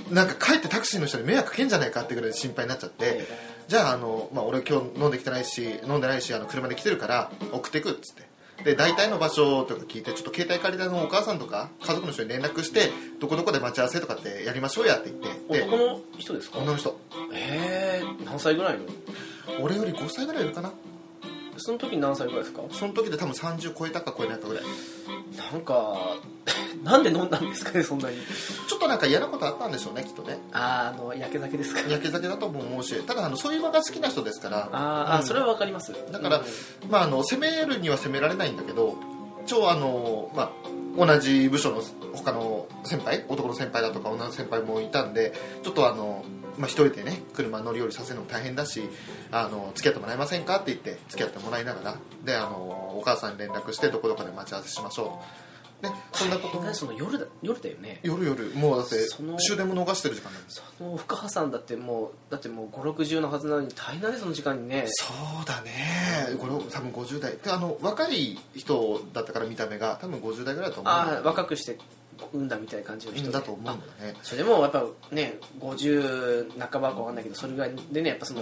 B: なんか帰ってタクシーの人に迷惑かけんじゃないかってぐらい心配になっちゃってじゃああの、まあ、俺今日飲んできてないし飲んでないしあの車で来てるから送ってくっつってで大体の場所とか聞いてちょっと携帯借りたのお母さんとか家族の人に連絡してどこどこで待ち合わせとかってやりましょうやって言ってで
A: 男の人ですか
B: 女の人
A: えー、何歳ぐらいの
B: 俺より5歳ぐらいいるかな
A: その時何歳ぐらいですか
B: その時で多分30超えたか超えないかぐらい
A: なんか なんで飲んだんですかねそんなに
B: ちょっとなんか嫌なことあったんでしょうねきっとね
A: あーあの焼け酒ですか
B: やけ酒だとも思うしただあのそういう場が好きな人ですから
A: あーあ
B: う
A: ー
B: ん
A: それはわかります
B: だから
A: うん
B: まあ、あの攻めるには攻められないんだけど一応あの、まあ、同じ部署の他の先輩男の先輩だとか女の先輩もいたんでちょっとあの、まあ、一人でね車乗り降りさせるのも大変だしあの付き合ってもらえませんかって言って付き合ってもらいながらであのお母さんに連絡してどこどこで待ち合わせしましょうでそんなこと
A: 大変だその夜だ夜だよね
B: 夜夜もうだって
A: その
B: 終電も逃してる時間なんです
A: その深葉さんだってもうだってもう560のはずなのに大変だねその時間にね
B: そうだねこれ多分50代であの若い人だったから見た目が多分50代ぐらいだと思うんだ
A: ああ若くして産んだみたいな感じの人で
B: だと思うんだよね
A: それでもやっぱね50半ばか分かんないけどそれぐらいでねやっぱその、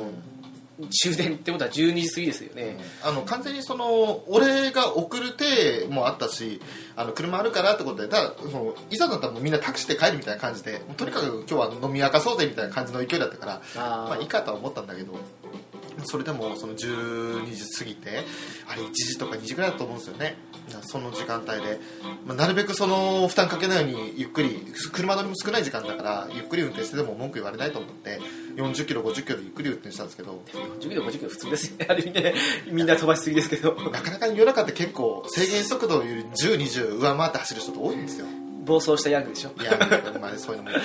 A: 終電ってことは12時過ぎですよね、
B: あの完全にその俺が送る手もあったしあの車あるからってことでただそのいざだったらもうみんなタクシーで帰るみたいな感じでもうとにかく今日は飲み明かそうぜみたいな感じの勢いだったから
A: あー
B: まあいいかとは思ったんだけどそれでもその12時過ぎてあれ1時とか2時ぐらいだと思うんですよねその時間帯で、まあ、なるべくその負担かけないようにゆっくり車乗りも少ない時間だからゆっくり運転してでも文句言われないと思って40キロ50キロでゆっくり運転したんですけど
A: 40キロ50キロ普通ですよねあ れ見てみんな飛ばしすぎですけど
B: なかなか夜中って結構制限速度より10、20上回って走る人って多いんですよ。
A: 暴走したヤングでしょ
B: い や、まあ、そういうのも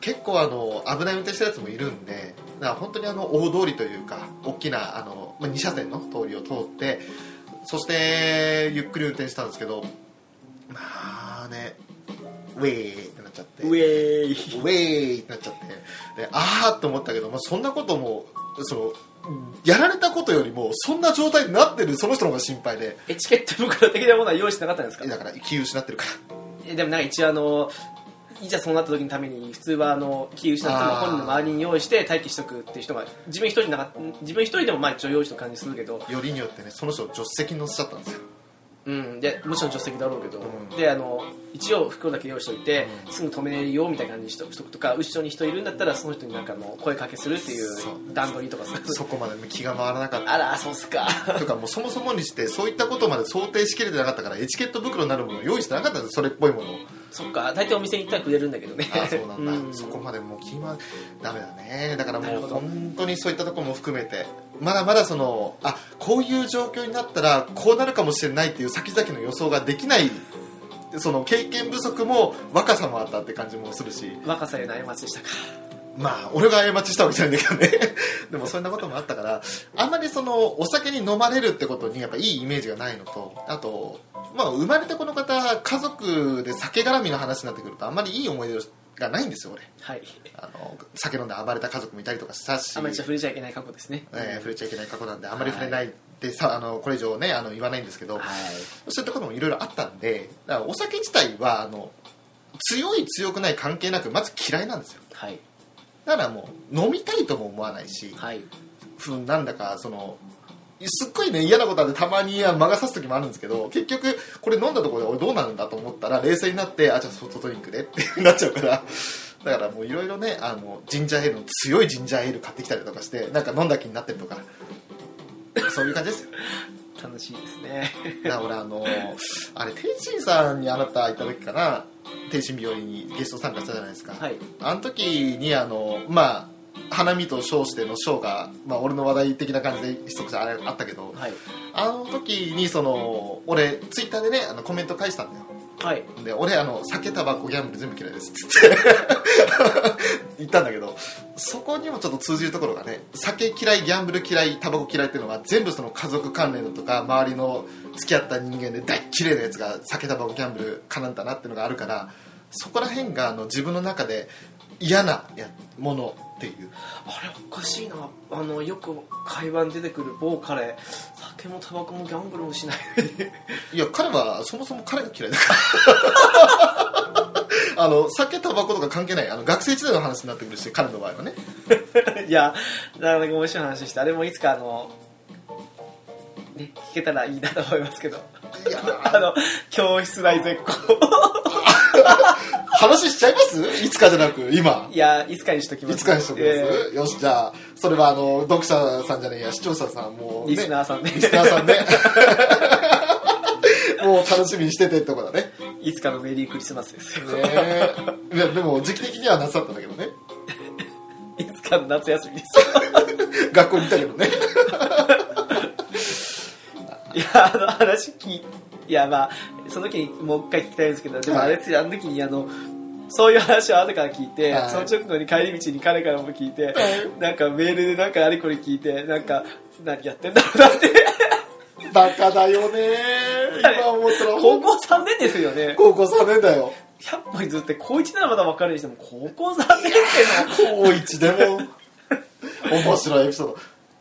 B: 結構あの危ない運転してるやつもいるんで、だから本当にあの大通りというか、大きなあの、まあ、2車線の通りを通って、そしてゆっくり運転したんですけど、まあね、ウェーイってなっちゃって。
A: ウェーイ
B: ウェーイってなっちゃってであーって思ったけど、まあ、そんなこともそのやられたことよりもそんな状態になってるその人の方が心配で
A: エチケット袋的なものは用意してなかったんですか
B: だから気を失ってるから
A: えでもなんか一応あのいざそうなった時のために普通はあの気を失っても
B: あー
A: 本人の周りに用意して待機しとくっていう人が自分一人なか自分一人でもまあ一応用意しとく感じするけど、
B: よりによってねその人を助手席に乗せちゃったんですよ
A: うん、でもちろん助手席だろうけど、
B: うん
A: であの一応袋だけ用意しといて、すぐ止めようみたいな感じにしとしとくとか後ろに人いるんだったらその人になんかあの声かけするってい
B: そう
A: う段取りとかさ
B: そこまで気が回らなかった
A: あらそうっすか
B: とかもうそもそもにしてそういったことまで想定しきれてなかったからエチケット袋になるものを用意してなかったんですそれっぽいものを
A: そっか大体お店に行ったらくれるんだけどね
B: ああそうなんだ、
A: う
B: そこまでもう気はダメだねだから
A: なる
B: もう
A: ほど
B: 本当にそういったところも含めてまだまだそのあこういう状況になったらこうなるかもしれないっていう先々の予想ができないその経験不足も若さもあったって感じもするし
A: 若さへの過ちでしたか
B: まあ俺が過ちしたわけじゃないんだけどね でもそんなこともあったからあんまりそのお酒に飲まれるってことにやっぱいいイメージがないのとあとまあ生まれてこの方家族で酒絡みの話になってくるとあんまりいい思い出がないんですよ俺
A: はい
B: あの酒飲んで暴れた家族もいたりとかしたし、
A: あんまりちょっと触れちゃいけない過去ですね、
B: えー触れちゃいけない過去なんであんまり触れないでさあのこれ以上ねあの言わないんですけど、
A: はい
B: そういったこともいろいろあったんでだからお酒自体はあの強い強くない関係なくまず嫌いなんですよ
A: はい
B: だからもう飲みたいとも思わないし、
A: はい
B: ふんなんだかそのすっごいね嫌なことあってたまには間が差す時もあるんですけど結局これ飲んだところで俺どうなるんだと思ったら冷静になってあじゃあソフトドリンクでってなっちゃうからだからもういろいろねあのジンジャーエールの強いジンジャーエール買ってきたりとかしてなんか飲んだ気になってるとかそういう感じですよ
A: 楽しいですね
B: だから俺あのあれ天心さんにあなたいた時かな天心日和にゲスト参加したじゃないですか、
A: はい
B: あの時にあのまあ花見と称してのショーが、まあ、俺の話題的な感じで一口あれあったけど
A: はい
B: あの時にその俺ツイッターでねあのコメント返したんだよ
A: はい
B: で俺あの酒タバコギャンブル全部嫌いですって言って 言ったんだけどそこにもちょっと通じるところがね酒嫌いギャンブル嫌いタバコ嫌いっていうのは全部その家族関連のとか周りの付き合った人間で大っ嫌いなやつが酒タバコギャンブルかなんだなっていうのがあるからそこら辺があの自分の中で嫌なやものっていう
A: あれおかしいなあのよく会話に出てくる某彼酒もタバコもギャンブルもしない
B: いや彼はそもそも彼が嫌いだから あの酒タバコとか関係ないあの学生時代の話になってくるし彼の場合はね
A: いやなかなか面白い話でしたあれもいつかあのね聞けたらいいなと思いますけど
B: いや
A: あの教室内絶好
B: 話しちゃいますいつかじゃなく今
A: いやいつかにしときま
B: い
A: す
B: つかにしときます、
A: え
B: よしじゃあそれはあの読者さんじゃねえや視聴者さんも
A: ー
B: う、ね、
A: リスナーさんね
B: リスナーさ んねもう楽しみにしててってことだね
A: いつかのメリークリスマスですよ、
B: ねえいやでも時期的にはなさったんだけどね
A: いつかの夏休みです
B: 学校にいたけどね
A: いや、あの話聞い、いや、まあ、その時にもう一回聞きたいんですけど、でも
B: は
A: あ
B: い
A: れですよ、あの時にあの、そういう話を後から聞いて、
B: はい
A: その直後に帰り道に彼からも聞いて、なんかメールでなんかあれこれ聞いて、なんか、何やってんだろうなって、
B: バカだよね今思ったら
A: 高校3年ですよね。
B: 高校3年だよ
A: 100本ずって高1ならまだ分かるにしても、高校3年生の、
B: 高一でも面白いエピソー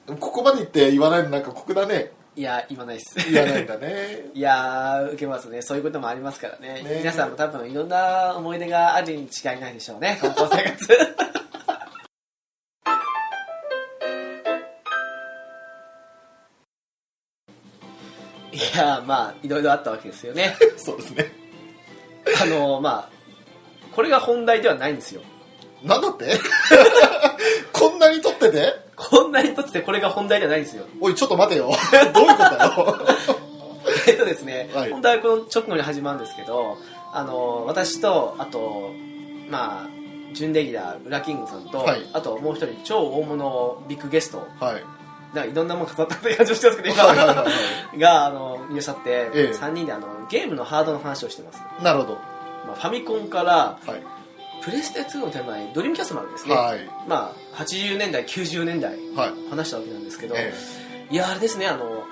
B: ドここまで言って言わないのなんか酷だね
A: いや、言わないです。
B: 言わないんだね
A: いやー、受けますね。そういうこともありますからね。
B: ね
A: 皆さんも多分いろんな思い出があるに違いないでしょうね、高校生活。いやー、まあ、いろいろあったわけですよね。
B: そうですね
A: あのー、まあ、これが本題ではないんですよ。
B: なんだって こんなに撮ってて
A: こんなにとってこれが本題ではないんですよ。
B: おいちょっと待てよ どういうことだよ
A: えっとですね、
B: はい
A: 本題はこの直後に始まるんですけど、あの私と、あと、まあ、準レギュラー、裏キングさんと、
B: はい
A: あともう一人、超大物ビッグゲスト、
B: はい
A: なんかいろんなもの飾ったって感じをしてますけど、今、
B: はいはいはいは
A: が、あの、いらっしゃって、
B: ええ
A: 3人であのゲームのハードの話をしてます。
B: いなるほど
A: まあ、ファミコンから、
B: はい
A: プレステ2の手前、ドリームキャストまでですね、
B: はい
A: まあ、80年代、90年代、
B: はい
A: 話したわけなんですけど、
B: え
A: いやあれですねあの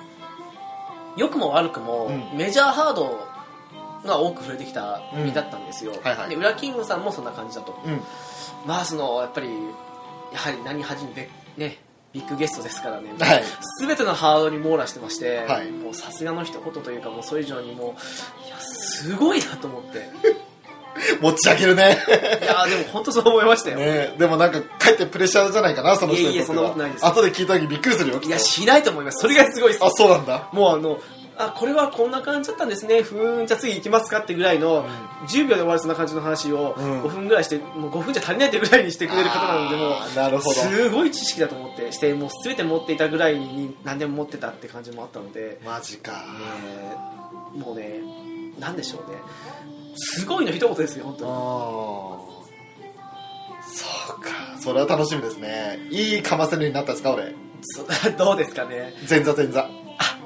A: 良くも悪くも、
B: うん
A: メジャーハードが多く触れてきた身だったんですよ、
B: はいはい
A: で裏キングさんもそんな感じだと
B: えうん
A: まあそのやっぱりやはり何恥じめねビッグゲストですから ね、
B: はい
A: 全てのハードに網羅してまして、
B: はい
A: もうさすがの一言というかもうそれ以上にもういやすごいなと思って
B: 持ち上げるね
A: いやーでも本当そう思いましたよ、
B: ねでもなんかかえってプレッシャーじゃないかなその人にとってはい
A: えいえそんなことないです
B: 後で聞いた時びっくりするよきっと
A: いやしないと思いますそれがすごいです
B: あそうな んだ
A: もうあのあこれはこんな感じだったんですねふーんじゃあ次行きますかってぐらいの、10秒で終わるそんな感じの話を
B: うん
A: 5分ぐらいして、もう5分じゃ足りないってぐらいにしてくれる方なのでもう
B: あーなるほど
A: すごい知識だと思ってしてもう全て持っていたぐらいに何でも持ってたって感じもあったので、
B: マジか
A: えーもうねなんでしょうねすごいの一言ですよ本
B: あ
A: 当に
B: ーそうかそれは楽しみですねいいかませるになったんですか俺
A: そ どうですかね
B: 前座前座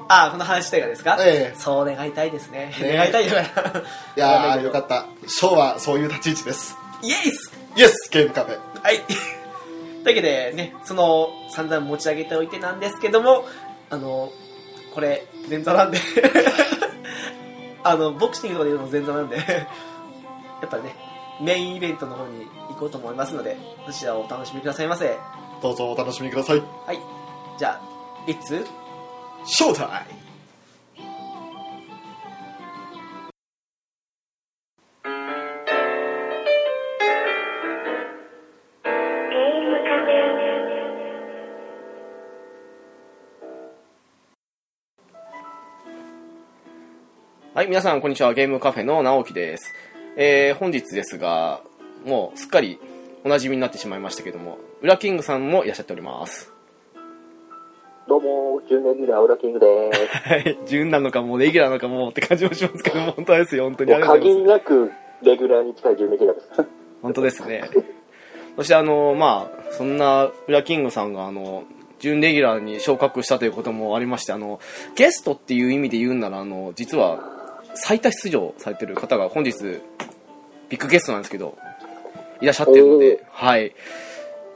A: ああこの話したいがですか、
B: ええ
A: そう願いたいですね
B: ね
A: 願いたいだから
B: い やーよかったショーはそういう立ち位置です
A: イエス
B: イエスゲームカフェ
A: はい。というわけでね、その、散々持ち上げておいてなんですけども、あの、これ、前座なんで、 あの、ボクシングとかで言うのも前座なんで、やっぱね、メインイベントの方に行こうと思いますので、そちらをお楽しみくださいませ。は
B: どうぞお楽しみください
A: い。じゃあ、いつ
B: ショータイム
C: はい、皆さん、こんにちは。ゲームカフェの直樹です。えー、本日ですが、もうすっかりお馴染みになってしまいましたけども、ウラキングさんもいらっしゃっております。
D: どうも、10年リーダー、裏キング です。
C: はい、順なのかもうレギュラーなのかもうって感じもしますけども、本当ですよ、本当に
D: も
C: あ
D: う
C: りがとうござ
D: 限
C: います。
D: りなくレギュラーに近い10年リーダーです。
C: 本当ですね。そして、あの、まあ、そんなウラキングさんが、あの、準レギュラーに昇格したということもありまして、あの、ゲストっていう意味で言うなら、あの、実は最多出場されてる方が本日、ビッグゲストなんですけど、いらっしゃってるので、はい。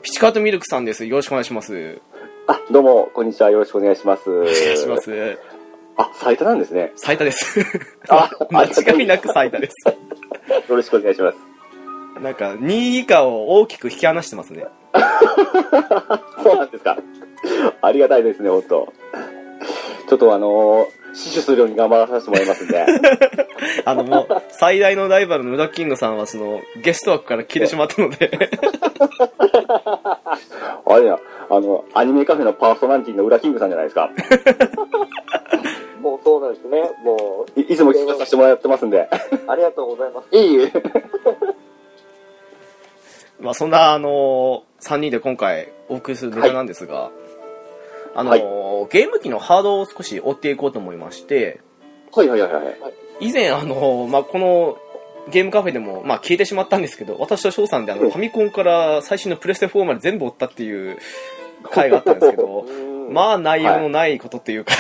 C: ピチカートミルクさんです。よろしくお願いします。
D: あ、どうも、こんにちは。よろしくお願いします。お願い
C: お願いしま。す。
D: あ、最多なんですね。
C: 最多です。
D: あ
C: 間違いなく最多です。
D: よろしくお願いします。
C: なんか、2位以下を大きく引き離してますね。
D: そうなんですか。ありがたいですね、本当ちょっとあのー、死守するように頑張らさせてもらいますんで。
C: あのもう、最大のライバルのウラキングさんは、その、ゲスト枠から消えてしまったので、
D: あれや、あの、アニメカフェのパーソナリティの裏キングさんじゃないですか。
E: もうそうなんですね。も
D: いいつも聞かさせてもらってますんで。
E: う、ありがとうございます。
D: いい
C: まあ、そんな、あの3人で今回お送りするネタなんですが、あの
D: はい
C: ゲーム機のハードを少し追っていこうと思いまして、
D: はいはいはいはい。
C: 以前、あのまあ、この、ゲームカフェでも、まあ、消えてしまったんですけど、私と翔さんであ
D: う
C: の
D: ん
C: ファミコンから最新のプレステ4まで全部追ったっていう回があったんですけど、まあ内容のないことっていう か、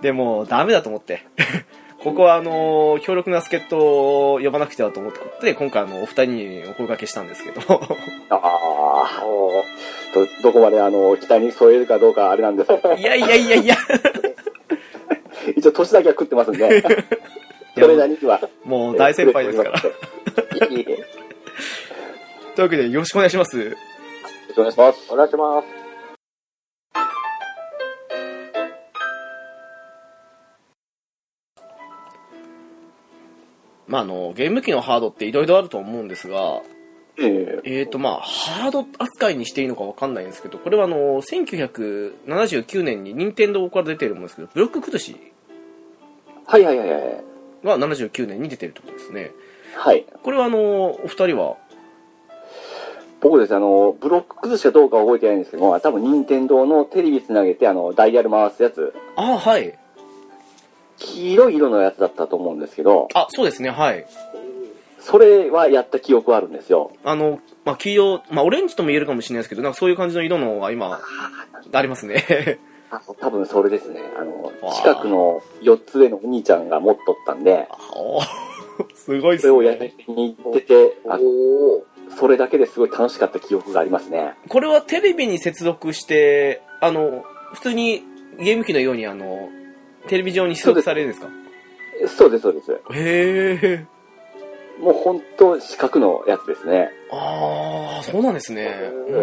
C: でもダメだと思って、ここはあの、強力な助っ人を呼ばなくてはと思ってことで、今回あの、お二人にお声掛けしたんですけど、
D: ああ、どどこまであの期待に添えるかどうかあれなんですけ ど
C: いやいやいやいや、
D: 一応年だけは食ってますんで、それなりには。
C: もう大先輩ですから。
D: えー。いえいえよ
C: というわけでよろしくお願いします。
D: ろしくお願いします。
E: お願いします。
C: まああの、ゲーム機のハードっていろいろあると思うんですが、
D: ええ
C: えーとまあ、ハード扱いにしていいのかわかんないんですけど、これはあの1979年に任天堂から出てるものですけど、ブロック崩し
D: はいはいはいはい。
C: が79年に出てるってことですね。
D: はい。
C: これはあのお二人は、
D: 僕ですねあの、ブロック崩しかどうかは覚えてないんですけども、多分任天堂のテレビつなげて、あの、ダイヤル回すやつ、
C: あはい、
D: 黄色い色のやつだったと思うんですけど、
C: あそうですね、はい、
D: それはやった記憶はあるんですよ。
C: あの、まあ、黄色、まあ、オレンジとも言えるかもしれないですけど、なんかそういう感じの色のが今、ありますね。
D: あ多分それですね。あの
C: わあ、
D: 近くの4つ上のお兄ちゃんが持っとったんで、
C: おーすごいっ
D: それ
C: す
D: を
C: ね
D: やりに行ってて、あ
E: おお。
D: それだけですごい楽しかった記憶がありますね。
C: これはテレビに接続して、あの普通にゲーム機のようにあのテレビ上に接続されるんですか
D: そうです、そうです。
C: へえ。
D: もう本当四角のやつですね。
C: ああ、そうなんですね。うー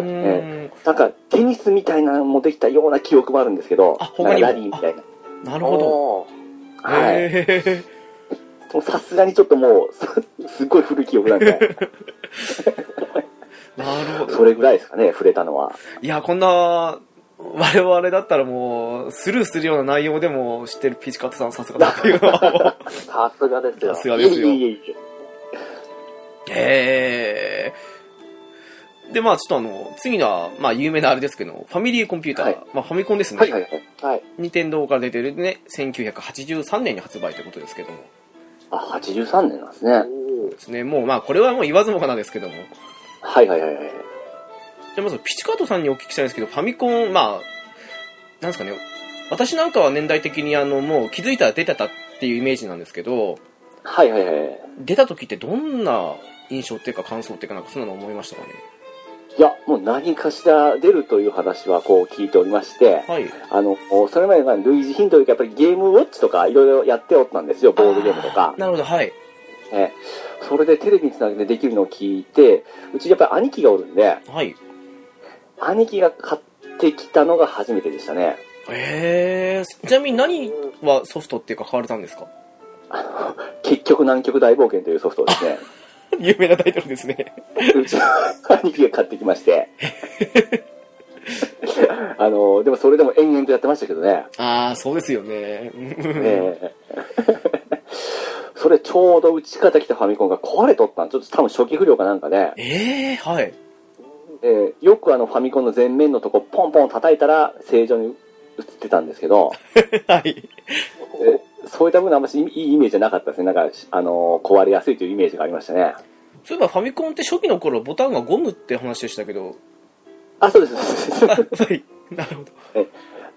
C: ん。
D: なんかテニスみたいなのもできたような記憶もあるんですけど、
C: あ他にも
D: なんかラリーみたいな。
C: な
E: な
C: るほど。
D: はい
C: へー
D: でもさすがにちょっともう、 すすっごい古い記憶なんで、
C: なるほど。
D: それぐらいですかね、触れたのは。
C: いや、こんな、我々だったらもう、スルーするような内容でも知ってるピチカットさんさすがだっていうのは、
E: さすがですよ
C: さ。すがですよ
D: いえ。いえいえ。
C: へえ。で、まあちょっとあの、次は、まあ有名なあれですけど、ファミリーコンピューター、
D: はい
C: まあファミコンですね。
D: はいはいはい。
E: はい。
C: 任天堂から出てるね、1983年に発売ということですけども。
D: あ、83年なんですね。
C: ですね、もうまあこれはもう言わずもがなですけども。
D: はいはいはいはい。
C: じゃあまずピチカートさんにお聞きしたいんですけど、ファミコン、まあ、なんですかね、私なんかは年代的にあの、もう気づいたら出てたっていうイメージなんですけど、
D: はいはいはい。
C: 出た時ってどんな印象っていうか感想っていうかなんかそんなの思いましたかね
D: いや、もう何かしら出るという話はこう聞いておりまして、
C: はい。
D: あの、それまでは類似品というか、やっぱりゲームウォッチとかいろいろやっておったんですよ、ボードゲームとか
C: あ。なるほど、はい。
D: ね、それでテレビにつなげてできるのを聞いて、うちやっぱり兄貴がおるんで、
C: はい。
D: 兄貴が買ってきたのが初めてでしたね。
C: えー、ちなみに何はソフトっていうか買われたんですか
D: 結局南極大冒険というソフトをですね、
C: 有名なタイトルですね。
D: うちの兄貴が買ってきまして。あの、でもそれでも延々とやってましたけどね。
C: ああ、そうですよね。
D: ええ それちょうどうちから来たファミコンが壊れとったんちょっと多分初期不良かなんかで、
C: えー、はい。
D: ええよくあのファミコンの前面のとこポンポン叩いたら正常に映ってたんですけど、
C: はい。
D: ええそういった分のあんまりいいイメージじゃなかったですね。なんか、あの壊れやすいというイメージがありましたね。
C: そういえばファミコンって初期の頃ボタンがゴムって話でしたけど。
D: あ、そうですそう
C: あ
D: です。
C: はい。なるほ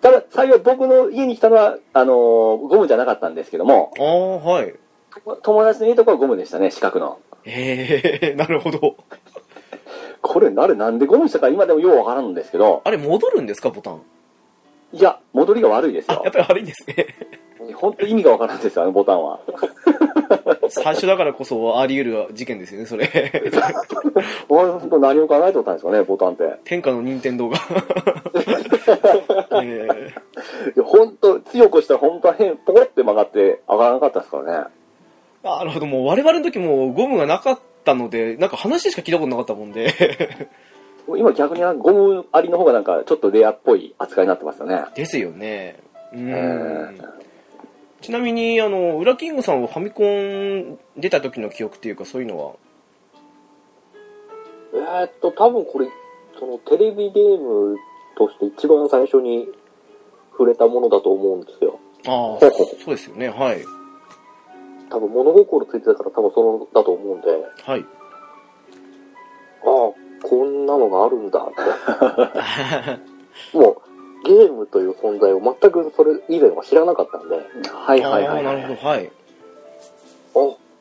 D: ただ、幸い僕の家に来たのは、あのゴムじゃなかったんですけども、
C: ど。ああ、はい。
D: 友達の家とかはゴムでしたね、四角の。
C: えー、な るほど。
D: これ、あれなんでゴムにしたか今でもようわからんんですけど、
C: あれ、戻るんですか、ボタン。
D: いや、戻りが悪いです
C: あ
D: よ、
C: やっ。ぱり悪いんです ね。
D: 本当意味がわからんですよ、あのボタンは。
C: 最初だからこそあり得る事件ですよね、それ。
D: お前本当何を考えておったんですかね、ボタンって。
C: 天下の任天 堂が。えー
D: いや、本当強くしたら本当は変、ポコって曲がって上がらなかったですからね。
C: あなるほど、もう我々の時もゴムがなかったので、なんか話しか聞いたことなかったもんで。
D: 今逆にゴムありの方がなんかちょっとレアっぽい扱いになってますよね。
C: ですよね。う。
D: うん
C: ちなみに、あの、ウラキングさんはファミコン出た時の記憶っていうか、そういうのは。
E: えーっと、多分これ、そのテレビゲームとして一番最初に触れたものだと思うんですよ。
C: ああ、
D: ほうほう
C: そうですよね、はい。
E: 多分物心ついてたから多分そのだと思うんで、
C: はい。
E: ああ、こんなのがあるんだって。もう、ゲームという存在を全くそれ以前は知らなかったんで、
D: はいはいはい、
C: ああなるほど、はい。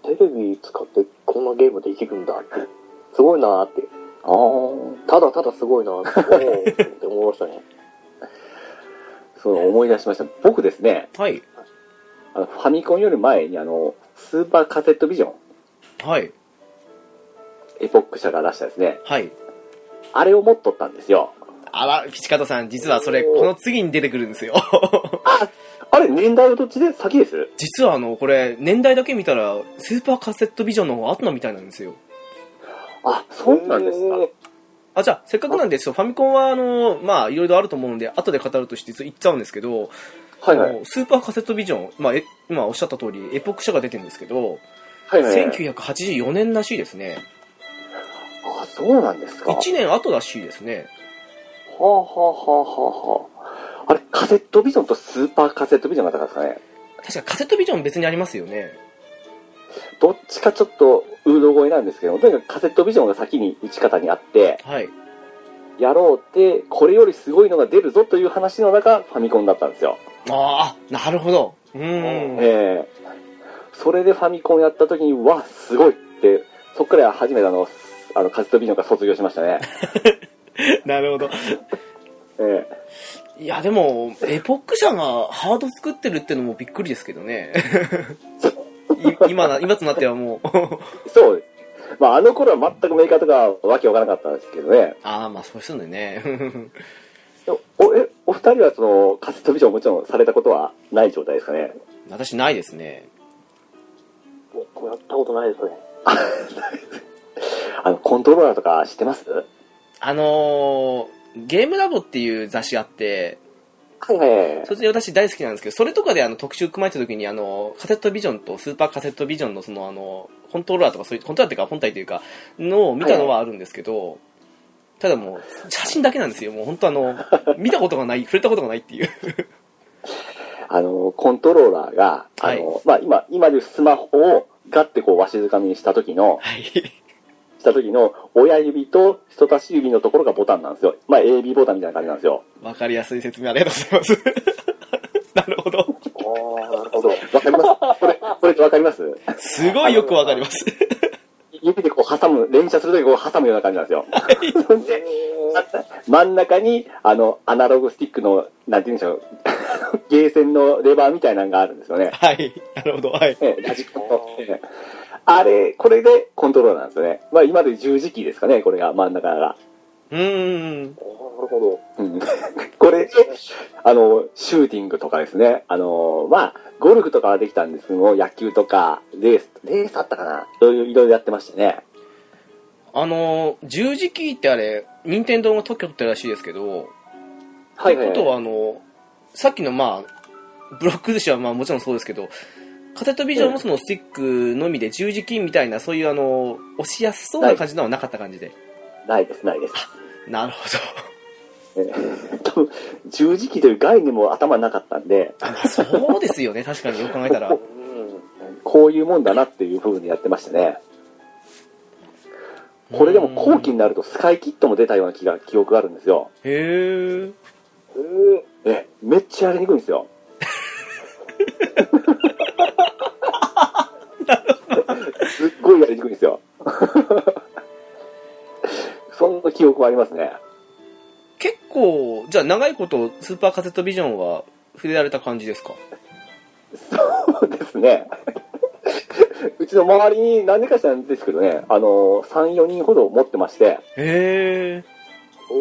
E: あ、テレビ使ってこんなゲームできるんだって。すごいなーって。
D: あ
E: ただただすごいなーってって思いましたね。
D: あ、 そう思い出しました。僕ですね、
C: はい。
D: あのファミコンより前にあの、スーパーカセットビジョン、
C: はい。
D: エポック社が出したですね、
C: はい。
D: あれを持っとったんですよ。
C: あら、ピチカトさん、実はそれ、この次に出てくるんですよ。
D: あれ、年代はどっちで先です
C: 実はあの、これ、年代だけ見たら、スーパーカセットビジョンの方が後なみたいなんですよ。
D: あ、そうなんですか。
C: あ、じゃあ、せっかくなんで、そうファミコンは、あの、まあ、いろいろあると思うんで、後で語るとして言っちゃうんですけど、
D: はいはい
C: あ。のスーパーカセットビジョン、まあ、え今おっしゃった通り、エポック社が出てるんですけど、
D: はいはいはい。
C: 1984年らしいですね。
D: あ、そうなんですか。
C: 1年後らしいですね。
D: はあはあはあはあはあ。あれ、カセットビジョンとスーパーカセットビジョンがあったんですかね。
C: 確かカセットビジョン別にありますよね。
D: どっちかちょっと、うろ覚えなんですけども、とにかくカセットビジョンが先に打ち方にあって、
C: はい。
D: やろうって、これよりすごいのが出るぞという話の中、ファミコンだったんですよ。
C: ああ、なるほど。うーん。
D: ええそれでファミコンやった時に、わ、すごいって、そっから初めてあの、あのカセットビジョンが卒業しましたね。
C: なるほど。
D: ええ
C: いや、でも、エポック社がハード作ってるってのもびっくりですけどね。い今な、今となってはもう。
D: そうです。まあ、あの頃は全くメーカーとかわけわからなかったんですけどね。
C: ああ、まあそうするんだよね。
D: でもおえお二人はそのカセットビジョンをもちろんされたことはない状態ですかね。
C: 私ないですね。
E: 僕やったことないですね。
D: あの、コントローラーとか知ってます
C: あのーゲームラボっていう雑誌あって、
D: はいはい
C: そ。れで私大好きなんですけど、それとかであの特集組まれた時にあの、カセットビジョンとスーパーカセットビジョンのそのあの、コントローラーとかそういう、コントローラーっていうか本体というか、のを見たのはあるんですけど、ただもう、写真だけなんですよ。もう本当あの、 見たことがない、触れたことがないっていう。
D: あの、コントローラーが、あの、まあ今、今でいうスマホをガッてこうわしづかみにした時の、
C: はい。
D: した時の親指と人差し指のところがボタンなんですよ。まあ AB ボタンみたいな感じなんですよ。
C: わかりやすい説明ありがとうございます。 なるほど。
E: ああ、なるほど。
D: わかりますこれ、これってわかります
C: すごいよくわかります。
D: 指でこう挟む、連射するときこう挟むような感じなんですよ。そんで真ん中に、あの、アナログスティックの、なんて言うんでしょう、ゲーセンのレバーみたいなのがあるんですよね。
C: はい。なるほど。はい。
D: ええ、ラジコンのええあれ、これでコントローラーなんですよね。まあ今で十字キーですかね、これが、真ん中が。
C: うーん。
E: あーなるほ
D: う
E: ど。
D: ん、 これで、あの、シューティングとかですね。あの、まあ、ゴルフとかはできたんですけども、野球とか、レース、レースあったかなそういういろいろやってましたね。
C: あの、十字キーってあれ、任天堂が特許取ってるらしいですけど、
D: はい
C: ということは、あの、さっきのまあ、ブロック寿司はまあもちろんそうですけど、カセットビジョンもそのスティックのみで十字キーみたいな、そういうあの、押しやすそうな感じのはなかった感じで。
D: ないです、ないです。
C: なるほど。
D: 多分十字キーという概念も頭になかったんで、
C: あまあそうですよね、確かによく考えたら。
E: うん。
D: こういうもんだなっていう部分でやってましたね。これでも後期になるとスカイキットも出たような気が記憶があるんですよ。
C: へー。
E: へえ。
D: え、めっちゃやりにくいんですよ。 すっごいやりにくいんですよ。 そんな記憶はありますね。
C: 結構、じゃあ長いことスーパーカセットビジョンは触れられた感じです か
D: そうですね。うちの周りに何でかしらんですけどね、あの、3、4人ほど持ってまして、
C: へー。
E: おお。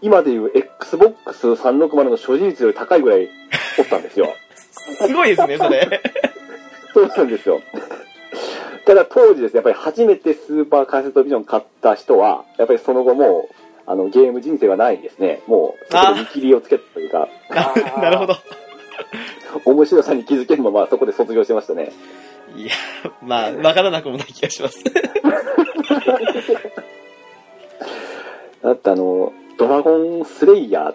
D: 今でいう XBOX360 の所持率より高いぐらいおったんですよ。
C: すごいですね、それ。
D: そうなんですよ。ただ当時ですね、やっぱり初めてスーパーカセットビジョン買った人は、やっぱりその後もう、あの、ゲーム人生はないんですね。もう、そこで見切りをつけたというか、
C: な なるほど。
D: 面白さに気づけるままそこで卒業してましたね。
C: いや、まあ、わからなくもない気がし ます。
D: だってあの、ドラゴンスレイヤー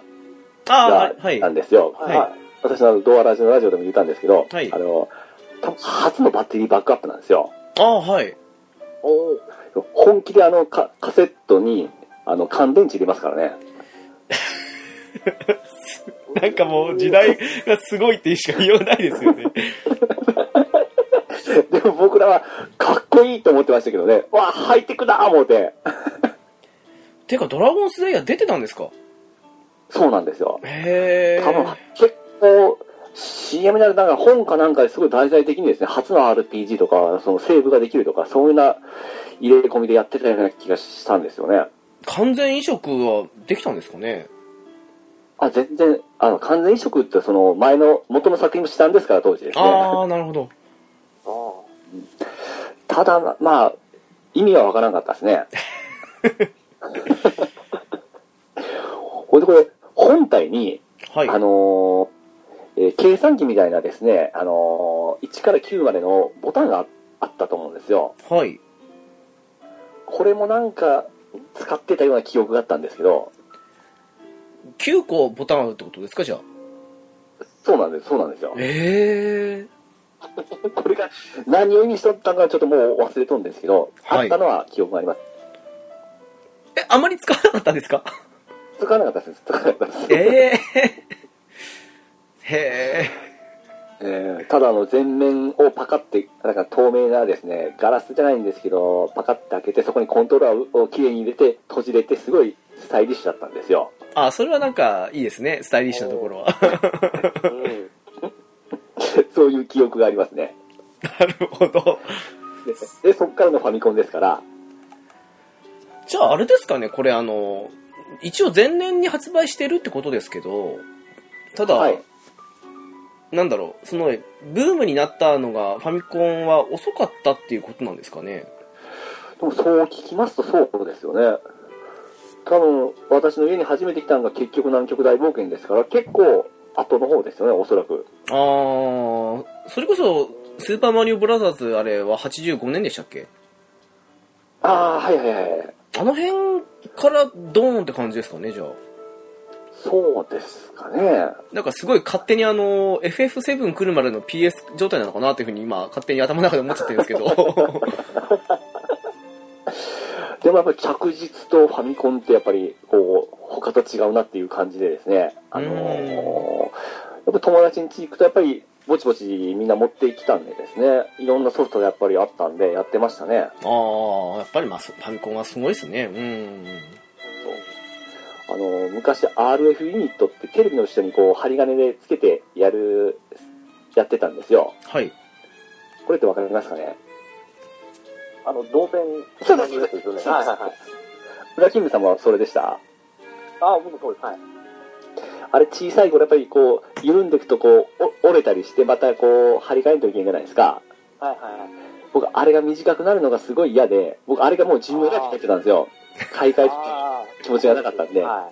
C: あ
D: が
C: あ、はい。
D: な
C: は
D: んですよ。
C: はい
D: まあ私のドアラジのラジオでも言ったんですけど、
C: はい
D: あの、多分初のバッテリーバックアップなんですよ。
C: ああ、はい。
E: おお。
D: 本気であのカカセットにあの乾電池入れますからね。
C: なんかもう時代がすごいってしか言いようないですよね。
D: でも僕らはかっこいいと思ってましたけどね。わあ、ハイテクだ思うて。
C: てか、ドラゴンスレイヤー出てたんですか
D: そうなんですよ。
C: へえ。
D: 多分結構 CM なるなんか本かなんかですごい題材的にですね、初の RPG とか、そのセーブができるとか、そういうような入れ込みでやってたような気がしたんですよね。
C: 完全移植はできたんですかね
D: あ、全然、あの、完全移植ってその前の元の作品もしたんですから、当時ですね。
C: ああ、なるほど。
E: あ
D: ただ、まあ、意味はわからなかったです ね。ほんでこれ、本体に、
C: はい。
D: あのーえー計算機みたいなですね、あのー1から9までのボタンがああったと思うんですよ。
C: はい。
D: これもなんか使ってたような記憶があったんですけど、
C: 9個ボタンあるってことですかじゃあ。
D: そうなんです、そうなんですよ。
C: ええ。
D: これが何を意味しとったのかちょっともう忘れとんですけど、
C: はい
D: あったのは記憶があります。
C: え、あまり使わなかったんですか
D: 使わなかったです、使わなかったです。
C: ええ。 へ
D: えーただあの前面をパカってなんか透明なですねガラスじゃないんですけどパカって開けてそこにコントローラーをきれいに入れて閉じれてすごいスタイリッシュだったんですよ
C: え。あ、それはなんかいいですね。スタイリッシュなところは。
E: あ。うん。
D: そういう記憶がありますね
C: なるほど。
D: で、そっからのファミコンですから、
C: じゃああれですかね、これあの、一応前年に発売してるってことですけど、ただ、
D: はい
C: なんだろう、その、ブームになったのがファミコンは遅かったっていうことなんですかね。
D: でもそう聞きますとそうですよね。多分、私の家に初めて来たのが結局南極大冒険ですから、結構後の方ですよね、おそらく。
C: あー、それこそ、スーパーマリオブラザーズあれは85年でしたっけ
D: ああ、はいはいはい。
C: あの辺からドーンって感じですかね、じゃあ。
D: そうですかね。
C: なんかすごい勝手にあの、FF7 来るまでの PS 状態なのかなっていうふうに今、勝手に頭の中で思っちゃってるんです けど。
D: でもやっぱり着実とファミコンってやっぱりこう他と違うなっていう感じでですね、あの
C: うん
D: やっぱ友達に家行くとやっぱりぼちぼちみんな持ってきたんでですね、いろんなソフトがやっぱりあったんでやってましたね。
C: ああ、やっぱりまあ、そファミコンはすごいですね。うん。
D: あの昔 RF ユニットってテレビの下にこう針金でつけてやる、やってたんですよ。
C: はい。
D: これってわかりますかね
E: あの、同点
D: そうです
E: やつですよね。はいはいはい。
D: 裏キング様はそれでした
E: ああ、僕もそうです。はい。
D: あれ小さい頃やっぱりこう緩んでいくとこうお折れたりしてまたこう張り替えるといけないじゃないですか。
E: はいはいはい。
D: 僕、あれが短くなるのがすごい嫌で、僕、あれがもう寿命が経ってたんですよ。買い替えて
E: あ
D: 気持ちがなかったんで。
E: は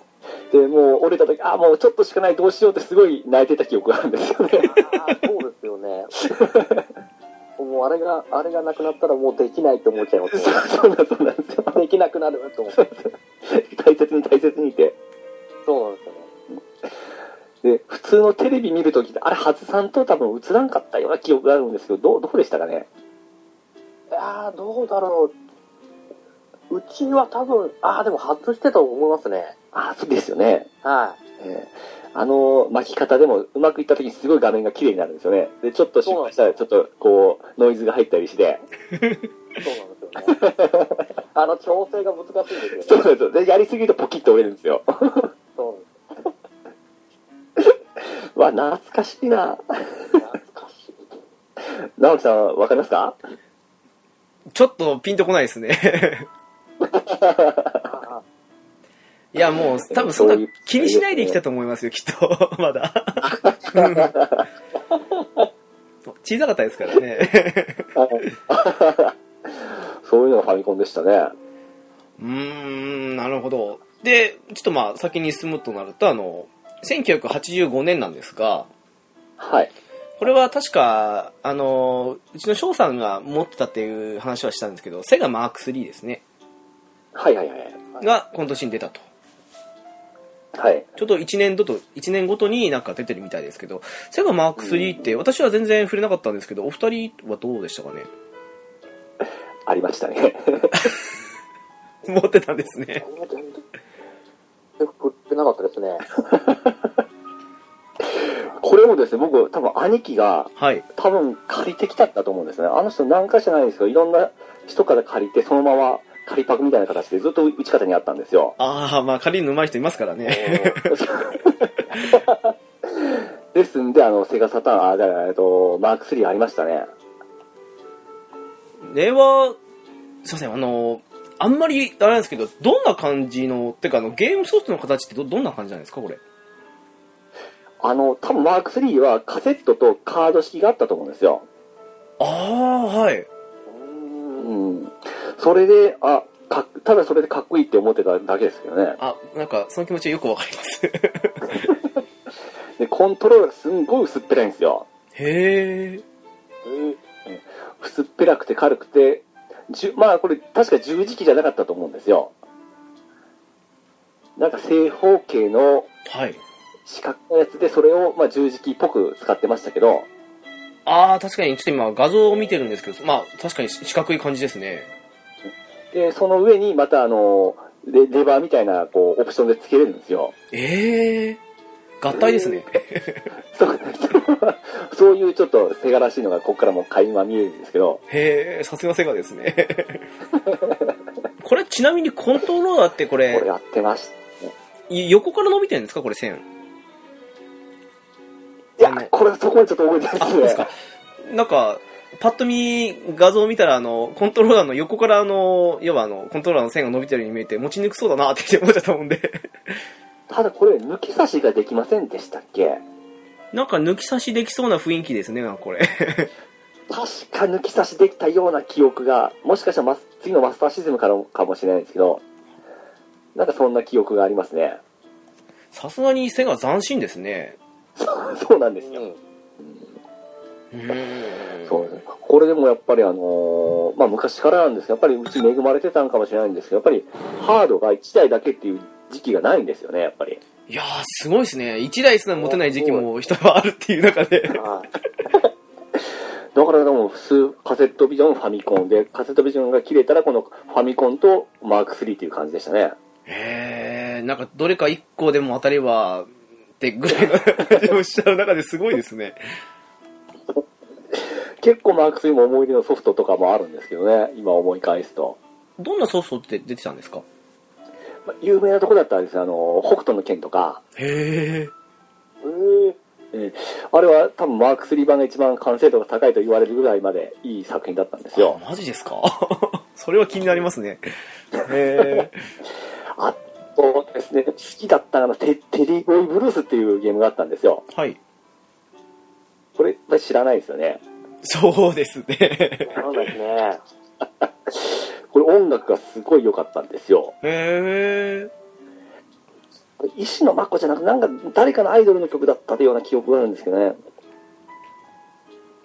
D: で、もう折れた時、あ、もうちょっとしかない、どうしようってすごい泣いてた記憶があるんですよね。
E: い。ああ、そうですよね。もうあれが、あれがなくなったらも うできないと思っちゃいますね。
D: そうなんそうなんですよ。
E: できなくなると思って。
D: 大切に大切にって。
E: そうなんですよね。
D: で、普通のテレビ見る時って、あれ外さんと多分映らんかったような記憶があるんですけど、どう、どうでしたかね
E: ああ、どうだろう。うちは多分、ああ、でも外してたと思いますね。
D: あ、そうですよね。
E: はい。
D: えーあの巻き方でもうまくいった時にすごい画面が綺麗になるんですよね。で、ちょっと失敗したらちょっとこうノイズが入ったりして。
E: そうなんですよね。あの、調整が難しいんですよね。
D: そうなんですよでやりすぎるとポキッと折れるんですよ。
E: そう
D: わ、懐かしいな。
E: 懐かしい。
D: 直樹さん、わかりますか
C: ちょっとピンとこないですね。
E: あ
C: いや、もう、多分そんな
D: そういう
C: 気にしないで生きたと思いますよ、きっと。 まだ。小さかったですからね。
D: そういうのがファミコンでしたね。
C: うーん、なるほど。で、ちょっとまあ、先に進むとなると、あの、1985年なんですが、
D: はい。
C: これは確か、あの、うちの翔さんが持ってたっていう話はしたんですけど、セガマーク3ですね。
D: はいはいはい。
C: が、この年に出たと。
D: はい。
C: ちょっと1年ごと、一年ごとになんか出てるみたいですけど、セガマーク3って私は全然触れなかったんですけど、お二人はどうでしたかね
D: ありましたね。
C: 持ってたんですね。
E: あ全然。振ってなかったですね。
D: これもですね、僕、多分兄貴が、
C: はい。
D: 多分借りてきたんだと思うんですね。あの人何かじゃないんですけど、いろんな人から借りて、そのまま借りパクみたいな形でずっと打ち方にあったんですよ。
C: ああ、まあ、借りるの上手い人いますからね。
D: ですんで、あの、セガサターン、あ、じゃないえっと、マーク3ありましたね。
C: では、すいません、あの、あんまり、あれなんですけど、どんな感じの、てかあの、ゲームソフトの形ってどどんな感じなんですか、これ。
D: あの、多分マーク3はカセットとカード式があったと思うんですよ。
C: ああ、はい。
D: うん。それで、あ、かっこただそれでかっこいいって思ってただけですけどね。
C: あ、なんか、その気持ちはよくわかります。
D: で、コントロールがすんごい薄っぺらいんですよ。
C: へえ。
D: 薄っぺらくて軽くて、じゅまあこれ確か十字キーじゃなかったと思うんですよ。なんか正方形の
C: はい。
D: 四角のやつで、それをまあ十字キーっぽく使ってましたけど、
C: ああ、確かに、ちょっと今、画像を見てるんですけど、まあ、確かに四角い感じですね。
D: で、その上にまたあの、レレバーみたいなこうオプションでつけれるんですよ。
C: ええ合体ですね。
D: そうそういうちょっとセガらしいのがここからも垣間見えるんですけど、
C: へえ、さすがセガですね。 これ、ちなみにコントローラーってこ
D: これ
C: れ、
D: やってました。
C: い横から伸びてるんですかこれ線。
D: いや、これそこまでちょっと覚えてない
C: あ、そうで
D: で
C: す
D: すね
C: か。なんか、パッと見、画像を見たら、あの、コントローラーの横から、あの、要はあの、コントローラーの線が伸びてるように見えて、持ちにくそうだなって思っちゃったもんで。
D: ただこれ、抜き差しができませんでしたっけ
C: なんか抜き差しできそうな雰囲気ですね、なんかこれ。
D: 確か抜き差しできたような記憶が、もしかしたらマス次のマスターシズムからもかもしれないんですけど、なんかそんな記憶がありますね。
C: さすがに背が斬新ですね。
D: そうそうなんですよ。
C: うん
D: そうですねこれでもやっぱりあのーまあ昔からなんですけど、やっぱりうち恵まれてたんかもしれないんですけど、やっぱりハードが1台だけっていう時期がないんですよね、やっぱり。
C: いやー、すごいですね。一台すら持てない時期も人はあるっていう中 で。
D: だからでも普通、カセットビジョン、ファミコンで、カセットビジョンが切れたらこのファミコンとマーク3っていう感じでしたね。
C: へえー、なんかどれか一個でも当たれば、ってぐらいの感じ をしちゃう中ですごいですね。
D: 結構マーク3も思い出のソフトとかもあるんですけどね、今思い返すと。
C: どんなソフトって出てたんですか
D: まあ有名なとこだったらですねあの、北斗の剣とか、
C: へえ。
D: えーあれは多分マーク3版が一番完成度が高いと言われるぐらいまでいい作品だったんですよ。
C: マジですか それは気になりますね。へえ。
D: あとですね、好きだったあのテ、テリーボーイブルースっていうゲームがあったんですよ。
C: はい。
D: これ、私知らないですよね。
C: そうですね。
E: そうですね。
D: これ音楽がすごい良かったんですよ。
C: へえ。
D: これ石野真子じゃなくて、なんか誰かのアイドルの曲だったような記憶があるんですけどね。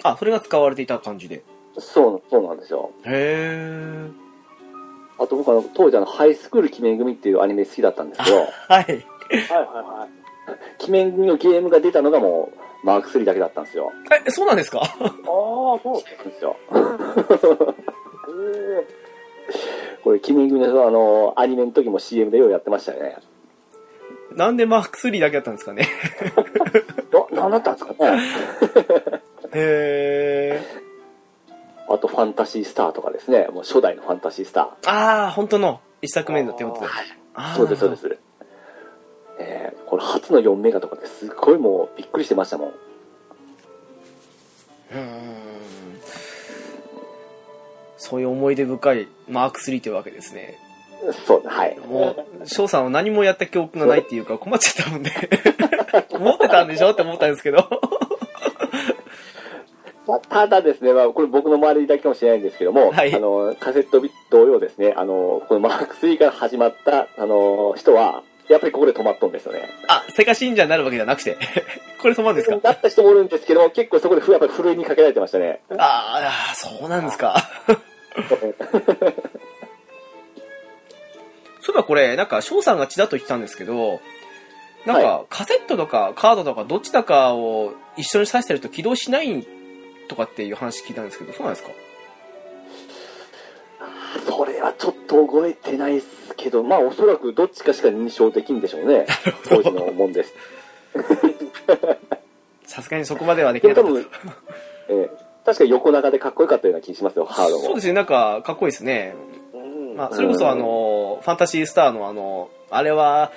C: あ、それが使われていた感じで。
D: そう、そうなんですよ。
C: へえ。
D: あと僕あの、当時あの、ハイスクール鬼面組っていうアニメ好きだったんですけど、
C: はい。
E: はいはいはい。
D: 鬼面組のゲームが出たのがもう、マーク3だけだったんですよ。
C: え、そうなんですか
E: ああ、そう。
D: そうですよ。
E: え
D: これ、鬼面組のあの、アニメの時も CM でようやってましたよね。
C: なんでマーク3だけだったんですかね
D: な、なんだったんですかね。
C: へえ。
D: あと、ファンタシースターとかですね。もう初代のファンタシースタ
C: ああ、本当の一作目のってことで。あ
D: ー。
C: ー
D: そうです、そうで。す。えー、これ初の4メガとかですっごいもうびっくりしてましたもん。
C: うーんそういう思い出深いマーク3ってわけですね。
D: そう、はい。
C: もう、翔さんは何もやった記憶がないっていうか困っちゃったもんで。 持ってたんでしょって思ったんですけど。
D: たただですね、まあ、これ僕の周りだけかもしれないんですけども、
C: はい
D: あの、カセットビ同様ですね、あの、このマーク3から始まった、あの、人は、やっぱりここで止まっとんですよね。
C: あ、セカ信者になるわけじゃなくて。これ止まるんですか
D: だった人もいるんですけども、結構そこでふやっぱりふるいにかけられてましたね。
C: ああ、そうなんです か。そういえばこれ、なんか翔さんがちらっと言ってたんですけど、なんかカセットとかカードとかどっちだかを一緒に挿してると起動しないとかっていう話聞いたんですけど、そうなんですか
D: それはちょっと覚えてないですけど、まあおそらくどっちかしか認証できんでしょうね。当時のもんです。
C: さすがにそこまではでき
D: で
C: な
D: も
C: か
D: 多
C: った
D: 分、えー確か横長でかっこよかったような気しますよ、ハード
C: そう
D: も
C: で。すね、なんかかっこいいですね。
E: うん
C: まあ、それこそあの、ファンタシースターのあの、あれは、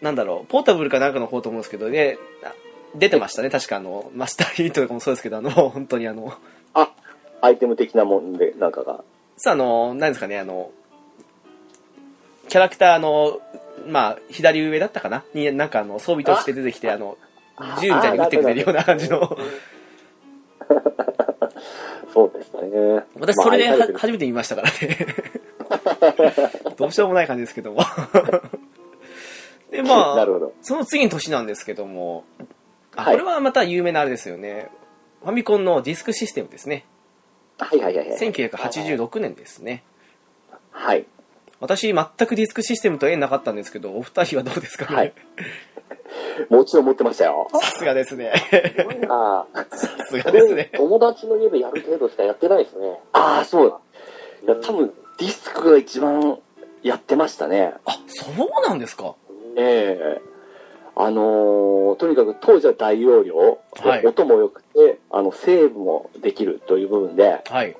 C: なんだろう、ポータブルかなんかの方と思うんですけどね、あ出てましたね、確かあの、マスターヒートとかもそうですけど、あの、本当にあの、
D: あ、アイテム的なもんで、なんかが。
C: さあの、なんですかね、あの、キャラクターの、まあ、左上だったかなに、なんかあの、装備として出てきて、あの、銃みたいに撃ってくれるような感じの。
D: そうですね。
C: 私、
D: まあ
C: それで
D: 愛さ
C: は
D: てる
C: 初めて見ましたからね。 どうしようもない感じですけども。 で、ま
D: な
C: あ
D: る、ほど。
C: その次の年なんですけども、あ、
D: はい
C: これはまた有名なあれですよね。ファミコンのディスクシステムですね。
D: はいはいはいはい。
C: 1986年ですね。
D: はい。
C: 私、全くディスクシステムと縁なかったんですけど、お二人はどうですかね、
D: はいもちろん持ってましたよ。
C: さすがで すね。
E: ああ、
C: さすがですね。
E: 友達の家でやる程度しかやってないですね。
D: ああ、そうだ。いや、多分、ディスクが一番やってましたね。
C: あ、そうなんですか。
D: ええあのーとにかく当時は大容量、
C: はい
D: 音も良くて、あの、セーブもできるという部分で、
C: はい。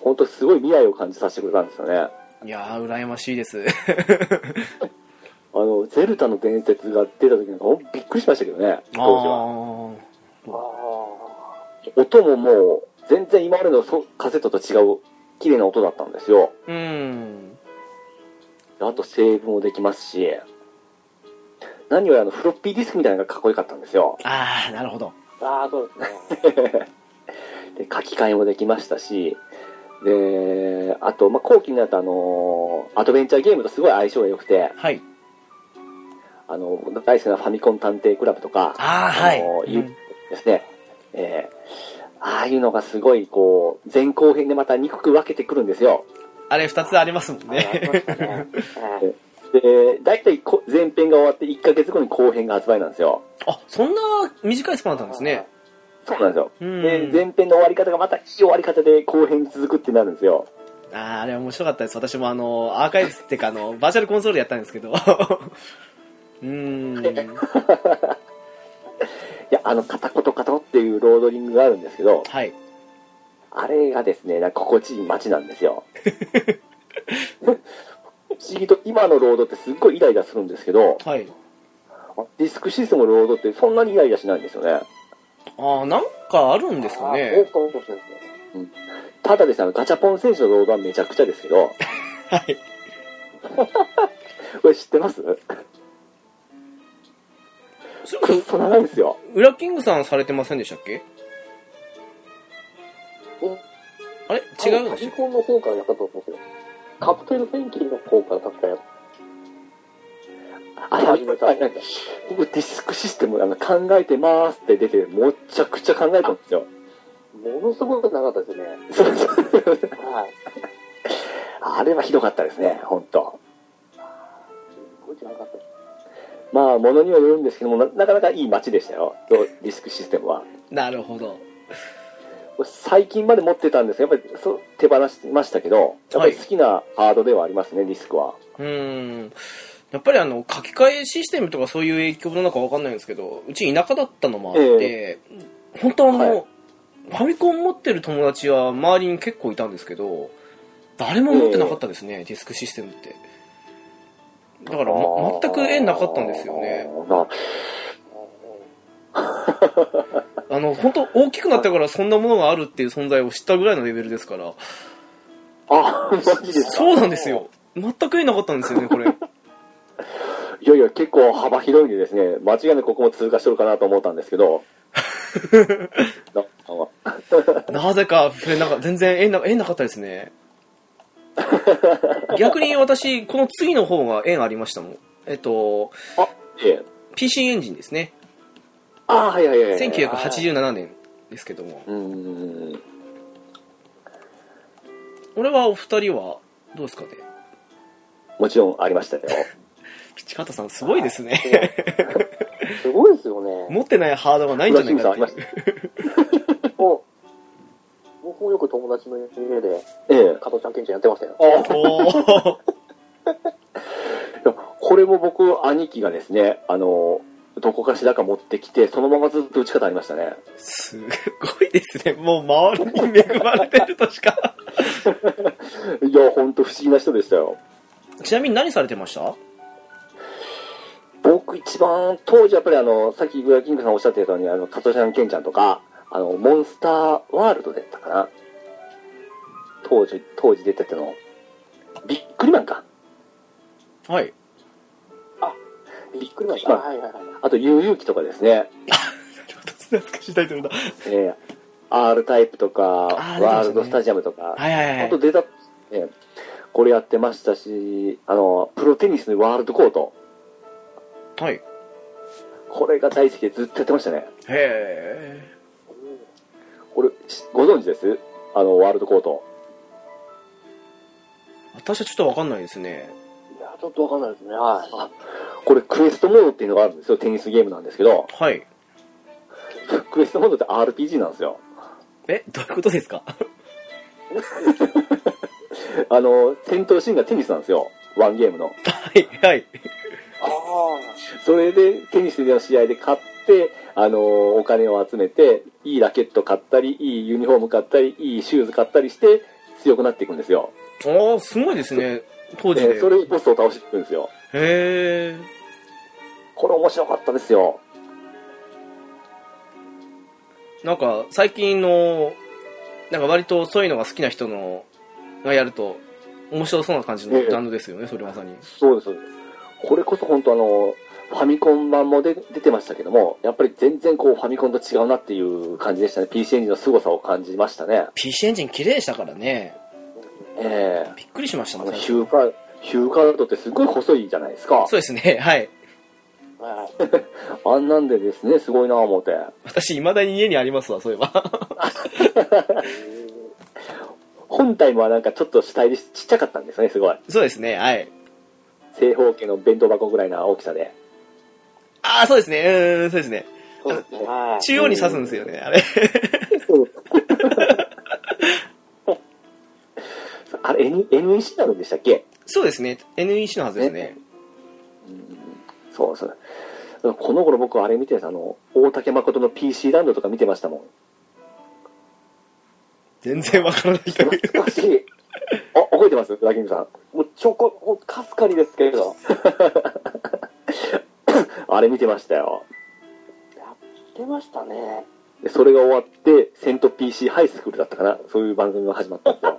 D: 本当すごい未来を感じさせてくれたんですよね。
C: いやー、羨ましいです。
D: あの、ゼルダの伝説が出た時なんか、ほんとびっくりしましたけどね、
C: あ
D: 当時は。
C: ー。
E: ああ。
D: 音ももう、全然今までのそカセットと違う綺麗な音だったんですよ。
C: うん。
D: あとセーブもできますし、何よりあのフロッピーディスクみたいなのがかっこよかったんですよ。
C: ああ、なるほど。
E: ああ、そうですね。
D: で書き換えもできましたし、で、あと、まあ、後期になったあの、アドベンチャーゲームとすごい相性が良くて、
C: はい。
D: あの、大好きなファミコン探偵クラブとか、
C: ああ、はい。
D: あの
C: うん
D: ゆですね、えーああいうのがすごい、こう、前後編でまた憎く分けてくるんですよ。
C: あれ二つありますもん
E: ありま
C: ね。
E: したね。うん
D: で、大体こ前編が終わって1ヶ月後に後編が発売なんですよ。
C: あ、そんな短いスパンだったんですね。
D: そうなんですよ。
C: うん。
D: で、前編の終わり方がまたいい終わり方で後編に続くってなるんですよ。
C: あーあれ面白かったです。私もあの、アーカイブスっていうかあの、 バーチャルコンソールやったんですけど。 うーん。
D: いや、あの、片言片言っていうロードリングがあるんですけど、
C: はい。
D: あれがですね、なんか心地いい街なんです よ。不思議と今のロードってすっごいイライラするんですけど、
C: はい。
D: ディスクシステムのロードってそんなにイライラしないんですよね。
C: ああ、なんかあるんですか
E: あー
C: ね。
E: そうそうそうそう
D: ただですね、あのガチャポン選手のロードはめちゃくちゃですけど、
C: はい。
D: これ知ってます
C: それ
D: くっ
C: こ
D: そ長いんですよ。
C: そ、ウラキングさんされてませんでしたっけあれ違うん
E: ファ
C: でし
E: ミ
C: ょ
E: コンの方からやったと思うんですよ。カプテルペンキンの方から確かやっ
D: あ、始めた。僕ディスクシステムあの考えてますって出て、もっちゃくちゃ考えたんですよ。
E: ものすごく長かったですね。
D: そうそう
E: はい。
D: あれはひどかったですね、本当
E: すごい長かったです。
D: まあ、ものにはよるんですけども、ななかなかいい街でしたよ、ディスクシステムは。
C: なるほど。
D: 最近まで持ってたんですが、やっぱりそう手放しましたけど、やっぱり好きなハードではありますね、ディスクは。
C: うーん。やっぱりあの、書き換えシステムとかそういう影響なのかわかんないんですけど、うち田舎だったのもあって、本当あの、
D: はい
C: ファミコン持ってる友達は周りに結構いたんですけど、誰も持ってなかったですね、ディスクシステムって。だから、ま、全く縁なかったんですよね。
D: あー。まあ
C: あの、本当大きくなったからそんなものがあるっていう存在を知ったぐらいのレベルですから。
D: あ ー、マジですか
C: そうなんですよ。全く縁なかったんですよね、これ。
D: いやいや、結構幅広いんでですね、間違いなくここも通過しとるかなと思ったんですけ ど。な あ
C: なぜか触れなか全然縁な縁なかったです ね逆に私この次の方が縁ありましたもんえっと
D: ええ
C: PC エンジンですね
D: あー、はいはいはいはい。
C: 1987年ですけども
D: うーん。
C: 俺はお二人はどうですかね
D: もちろんありましたよ。
C: ピチカートさんすごいですね
E: すごいですよね。
C: 持ってないハードがないんじ
D: 村
C: ゃない
D: 木さん
C: か
D: あり
C: っ
D: ま
C: て
D: した。
E: お僕もよく友達の家で、
D: ええ。
E: 加藤ちゃんケンちゃんやってましたよ。
D: あ
C: おー
D: これも僕、兄貴がですね、あの、どこかしらか持ってきて、そのままずっと打ち方ありましたね。
C: すごいですねもう周りに恵まれてるとしか
D: いや、ほんと不思議な人でしたよ。
C: ちなみに何されてました
D: 僕一番、当時やっぱりあの、さっきグラキングさんおっしゃってたように、あの、カトシャンケンちゃんとか、あの、モンスターワールドだったかな。当時、当時出てたの。ビックリマンか。
C: はい
E: びっくりし
D: ま
E: ました。
D: あ
E: はいはいはい。
D: あと、悠々機とかですね。
C: 懐かしいタイトルだ
D: えー、R タイプとか、
C: あー出てましたね
D: ワールドスタジアムとか、
C: はいはいは
D: あ
C: い
D: と出た、えーこれやってましたし、あの、プロテニスのワールドコート。
C: はいへ
D: これが大好きでずっとやってましたね。
C: え
D: これ、しご存知ですあの、ワールドコート。
C: 私はちょっとわかんないですね。
E: いや、ちょっとわかんないですね。はい。
D: これ、クエストモードっていうのがあるんですよ。テニスゲームなんですけど、
C: はい。
D: クエストモードって RPG なんですよ。
C: え、どういうことですか
D: あの、戦闘シーンがテニスなんですよ。ワンゲームの。
C: はい、はい。
E: ああ。
D: それで、テニスでの試合で勝って、あの、お金を集めて、いいラケット買ったり、いいユニフォーム買ったり、いいシューズ買ったりして、強くなっていくんですよ。
C: ああ、すごいですね。当時
D: で、
C: で。
D: それをボスを倒していくんですよ。
C: へえ。
D: これ面白かったですよ。
C: なんか、最近のなんか割とそういうのが好きな人のがやると面白そうな感じの
D: え
C: ジ
D: え
C: ャンルですよね、それまさに。
D: そうですそうです。これこそ本当あの、ファミコン版もで出てましたけども、やっぱり全然こうファミコンと違うなっていう感じでしたね。PC エンジンの凄さを感じましたね。
C: PC エンジン綺麗でしたからね、
D: ええ
C: びっくりしました
D: あ
C: も
D: の
C: ん、
D: ヒューカー、ヒューカードってすごい細いじゃないですか
C: そ。うですね、 はい。
D: あんなんでですね、すごいなぁ思って。
C: 私、未だに家にありますわ、そういえば。
D: 本体もなんかちょっとスタイリッシュちっちゃかったんですよね、すごい。
C: そうですね、はい。
D: 正方形の弁当箱ぐらいな大きさで。
C: ああ、そうですね、うーん、そうですね。
E: そうですね。はい。
C: 中央に刺すんですよね、あれ。
D: あれ、N- NEC なのでしたっけ
C: そうですね、NEC のはずですね。
D: そうそう。この頃僕はあれ見てですあの、大竹誠の PC ランドとか見てましたもん。
C: 全然わからないけど。
D: 懐かしい。あ、覚えてますラキングさん。
E: もうちょこ、ほんとかすかにですけど。
D: あれ見てましたよ。
E: 出ましたね。
D: でそれが終わって、セント PC ハイスクールだったかなそういう番組が始まったんですよ。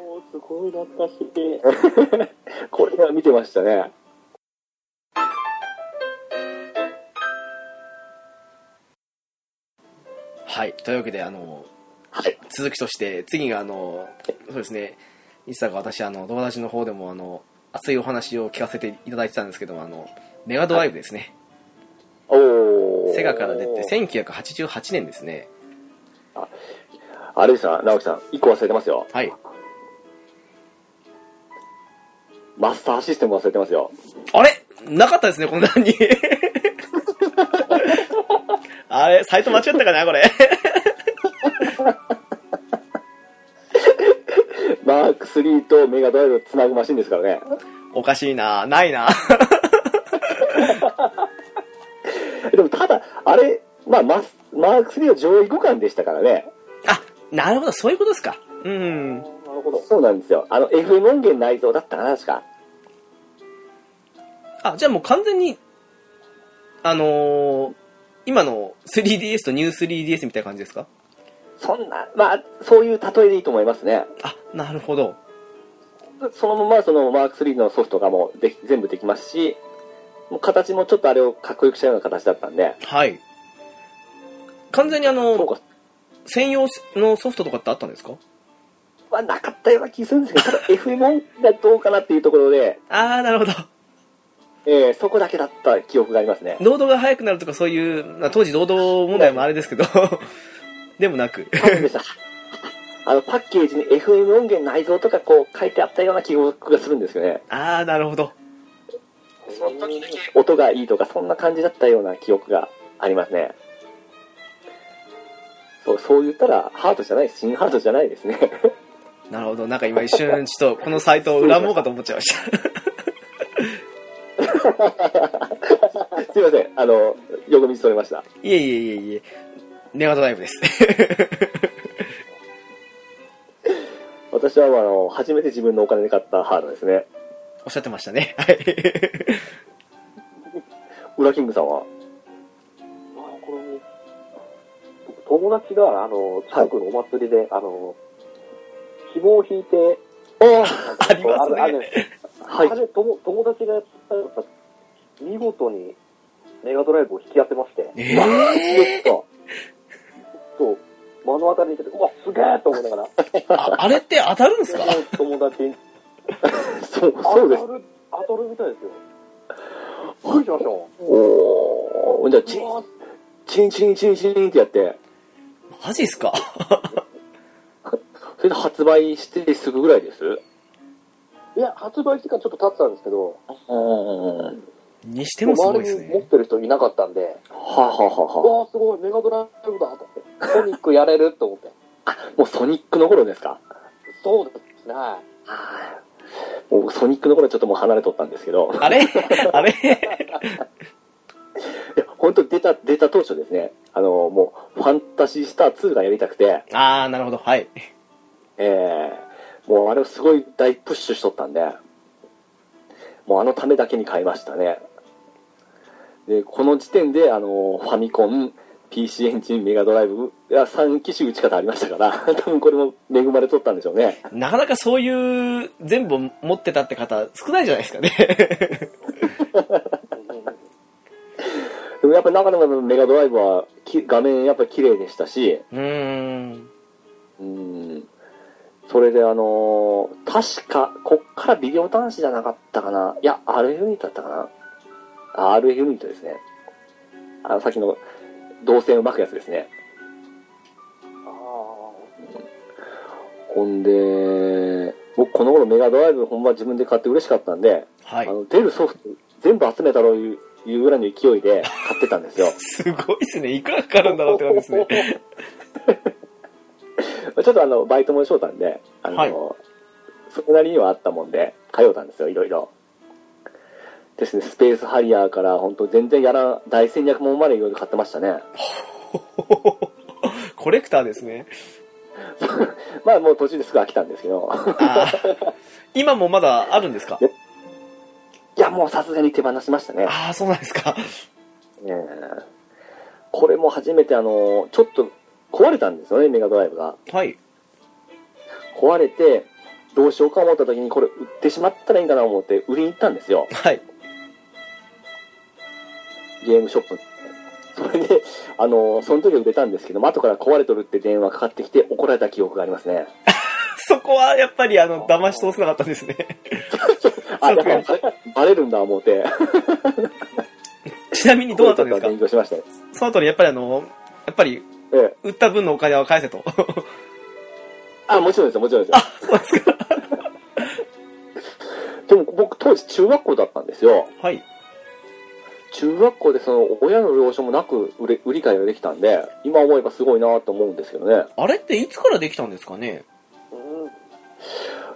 E: もうすごい懐かしい。
D: これは見てましたね。
C: はい、というわけで、あの、
D: はい。
C: 続きとして、次が、あの、そうですね、西さんが私、あの、友達の方でも、あの、熱いお話を聞かせていただいてたんですけども、あの、メガドライブですね。
D: おー。
C: セガから出て、1988年ですね。
D: あれですよ、直樹さん。一個忘れてますよ。
C: はい。
D: マスターシステム忘れてますよ。
C: あれなかったですね、こんなに。 あれ、サイト間違ったかな、これ。
D: マーク3とメガドライブをつなぐマシンですからね。
C: おかしいな、ないな。
D: でもただ、あれ、まあ、マスマーク3は上位互換でしたからね。
C: あ、なるほど、そういうことですか。うん。
E: なるほど。
D: そうなんですよ。あの、FM 音源内蔵だったかな、確か。
C: あ、じゃあもう完全に、あのー今の 3DS とニュー 3DS みたいな感じですか
D: そんな、まあ、そういう例えでいいと思いますね。
C: あ、なるほど。
D: そのまま、そのマーク3のソフトがもうでき全部できますし、もう形もちょっとあれをかっこよくしたような形だったんで。
C: はい。完全にあ
D: そう
C: の、
D: か。
C: 専用のソフトとかってあったんですか
D: まあ、なかったような気するんですけど、ただ FM 音がどうかなっていうところで、
C: あー、なるほど。
D: えーそこだけだった記憶がありますね。
C: 労働が早くなるとかそういう、まあ、当時労働問題もあれですけど、 でもなく。
D: 多分で した。あの、パッケージに FM 音源内蔵とかこう書いてあったような記憶がするんですよね。
C: あー、なるほど。
E: その時だけ。
D: 音がいいとかそんな感じだったような記憶がありますねそうそう言ったらハートじゃない新ハートじゃないですね
C: なるほど。なんか今一瞬、ちょっとこのサイトを恨もうかと思っちゃいました。
D: すいませんあの横道それました
C: いえいえいえいえ。ネガドライブです。
D: 私はあの初めて自分のお金で買ったハートですね
C: おっしゃってまし たね。はい。
D: ウラキングさんは
E: まあこれも僕友達が、あの、近くのお祭りで、あの、紐を引いて、
C: ありますね
E: あのあの
D: はい
E: あれ友友達がやったのが見事にメガドライブを引き当てまして、
C: えー、
E: そう、目の当たりにしてて、うわ、すげえと思いながら、
C: あ あれって当たるんですか
E: 友達に、
D: そうそうです
E: 当たる、当たるみたいですよ。びっくりしましたもん。
D: おおじゃあチン
E: うわ
D: チンチンチンチンってやって
C: マジっすか
D: それで発売してすぐぐらいです
E: いや、発売してからちょっと経ってたんですけど、
D: うん
C: にしてもすごいです
E: 周りに持っ
C: ね。
E: てる人いなかったんで、
D: はあ、はあはあ
E: う
D: は
E: わーすごい、メガドライブだと思って、ソニックやれると思って。
D: あ、もうソニックの頃ですか
E: そうですね。は
D: もうソニックの頃はちょっともう離れとったんですけど
C: あれあれ
D: いや本当出た、出た当初ですね、あの、もう、ファンタシースター2がやりたくて、
C: あー、なるほど。はい。
D: えー、もうあれをすごい大プッシュしとったんで、もうあのためだけに買いましたね。で、この時点で、あの、ファミコン、 PC エンジン、メガドライブ、いや3機種打ち方ありましたから、 多分これも恵まれとったんでしょうね。
C: なかなかそういう全部持ってたって方少ないじゃないですかね。
D: でもやっぱ中でもメガドライブはき画面やっぱり綺麗でしたし、
C: うーん。
D: うんそれであのー確か、こっからビデオ端子じゃなかったかな。いや、RF ユニットだったかな。あ RF ユニットですね。あの、さっきの導線を巻くやつですね。ほんで、僕この頃メガドライブほんま自分で買って嬉しかったんで、
C: はい
D: あ。の出るソフト全部集めたろういういうぐらいの勢いで買ってたんですよ。
C: すごいですね。いくらかかるんだろうって感じで すね。
D: ちょっとあの、バイトもしょうたんで、あの、
C: はい
D: それなりにはあったもんで、通うたんですよ、いろいろ。ですね、スペースハリアーから、本当全然やらん、大戦略もまでいろいろ買ってましたね。
C: コレクターですね。
D: まあもう途中ですぐ飽きたんですけど、
C: あー今もまだあるんですか
D: いや、もうさすがに手放しましたね。
C: ああ、そうなんですか。
D: えーこれも初めてあの、ちょっと壊れたんですよね、メガドライブが。
C: はい。
D: 壊れて、どうしようか思った時にこれ売ってしまったらいいんかなと思って売りに行ったんですよ。
C: はい。
D: ゲームショップ。それで、あの、その時は売れたんですけども、後から壊れとるって電話かかってきて怒られた記憶がありますね。
C: そこはやっぱり、あの、騙し通せなかったんですね。
D: あ、だからバレバレるんだ思って。
C: ちなみにどうだったんですか
D: 勉強しましたよ。
C: その後にやっぱりあの、やっぱり、
D: ええ。
C: 売った分のお金は返せと。
D: あ、もちろんですよ、もちろんですよ。
C: そうですか。
D: でも僕当時中学校だったんですよ。
C: はい。
D: 中学校でその親の了承もなく売れ売り買いができたんで、今思えばすごいなと思うんですけどね。
C: あれっていつからできたんですかね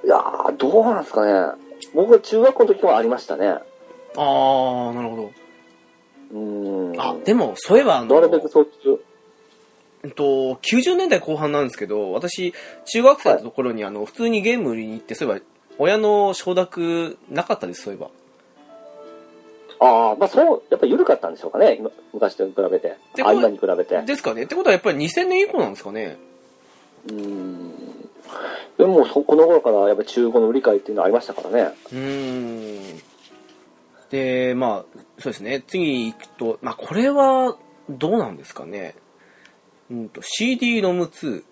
D: いやー、どうなんですかね。僕は中学校の時もありましたね。
C: あー、なるほど。
D: うーん。
C: あ、でも、そういえば、あの、
D: なるべくそっちを。
C: えっと、90年代後半なんですけど、私、中学生のところに、あの、普通にゲーム売りに行って、そういえば、親の承諾なかったです、そういえば。
D: ああ、まあそう、やっぱ緩かったんでしょうかね、今昔と比べて
C: で。
D: あ、今に比べて。
C: ですかねってことは、やっぱり2000年以降なんですかね
D: うーん。でも、そこの頃から、やっぱ中古の売り買いっていうのはありましたからね。
C: うーん。で、まあ、そうですね。次行くと、まあ、これは、どうなんですかね。うんと、CD ロム2。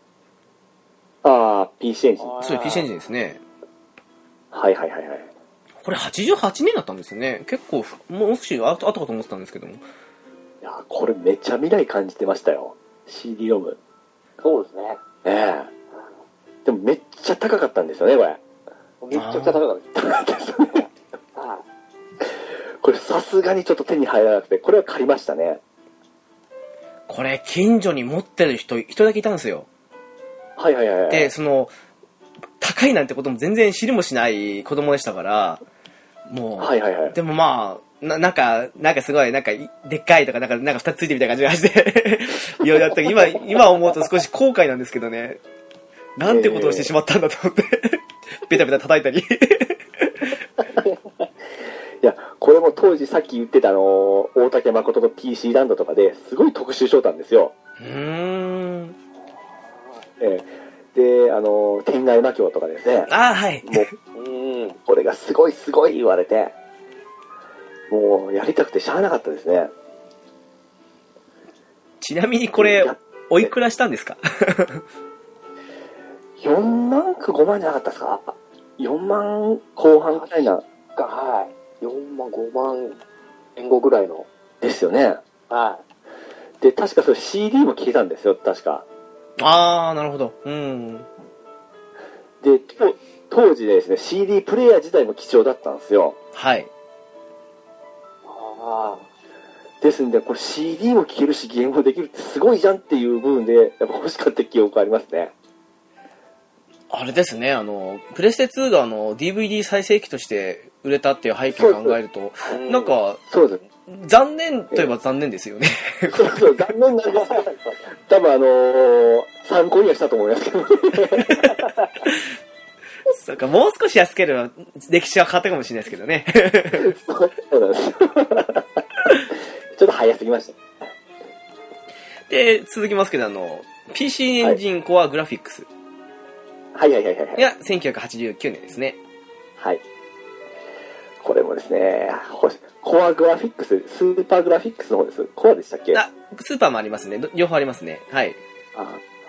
D: ああ、PC エンジン。は
C: そういう PC エンジンですね。
D: いはいはいはい。
C: これ88年だったんですよね。結構、もう少しあったかと思ってたんですけども。
D: いやー、これめちゃ未来感じてましたよ。CD ロム。
E: そうですね。
D: ええでもめっちゃ高かったんですよね、これ。
E: めっちゃくちゃ高かっ
D: 高かったです
E: た。はい
D: これさすがにちょっと手に入らなくて、これは買いましたね。
C: これ、近所に持ってる人、一人だけいたんですよ。
D: はいはいはいはい。
C: で、その、高いなんてことも全然知りもしない子供でしたから、もう、
D: はいはいはい。
C: でもまあ、ななんか、なんかすごい、なんかい、でっかいとか、なんか、なんか二つついてるみたいな感じがして、 いろいろやったけど今、今思うと少し後悔なんですけどね。なんてことをしてしまったんだと思って、ベタベタ叩いたり。
D: いや、これも当時さっき言ってたあの、大竹誠の PC ランドとかですごい特集しようたんですよ。
C: うーん。
D: ええで、あの、天外魔境とかですね。
C: ああ、はい。
D: もう、
E: うん。
D: これがすごいすごい言われて、もうやりたくてしゃあなかったですね。
C: ちなみにこれ
D: いや、
C: おいくらしたんですか
D: 4万か5万じゃなかったですか ?4 万後半ぐらいな、
E: が、はい。4万、5万円後ぐらいの。
D: ですよね。
E: は
D: で、確かそれ CD も消えたんですよ、確か。
C: ああ、なるほど。うん。
D: で、と当時ですね、CD プレイヤー自体も貴重だったんですよ。
C: はい。
E: い。あ
D: ですんで、これ CD も聴けるし、ゲームもできるってすごいじゃんっていう部分で、やっぱ欲しかった記憶ありますね。
C: あれですね、あの、プレステ2があの、DVD 再生機として売れたっていう背景を考えると、
E: あ。う
C: なん、か、
D: そうですね。
C: 残念といえば残念ですよね。
D: そうそう、残念ながら、多分あのー参考にはしたと思いますけど、
C: そうか、もう少し安ければ歴史は変わったかもしれないですけどね。
D: そうなんです。ちょっと早すぎました。
C: で、続きますけど、あの、PC エンジンコアグラフィックス
D: はいはいはいはいはい。
C: が1989年ですね。
D: はい。これもですね、ほしコアグラフィックス、スーパーグラフィックスの方です。コアでしたっけあ
C: あ、スーパーもありますね。ど両方ありますね。はい。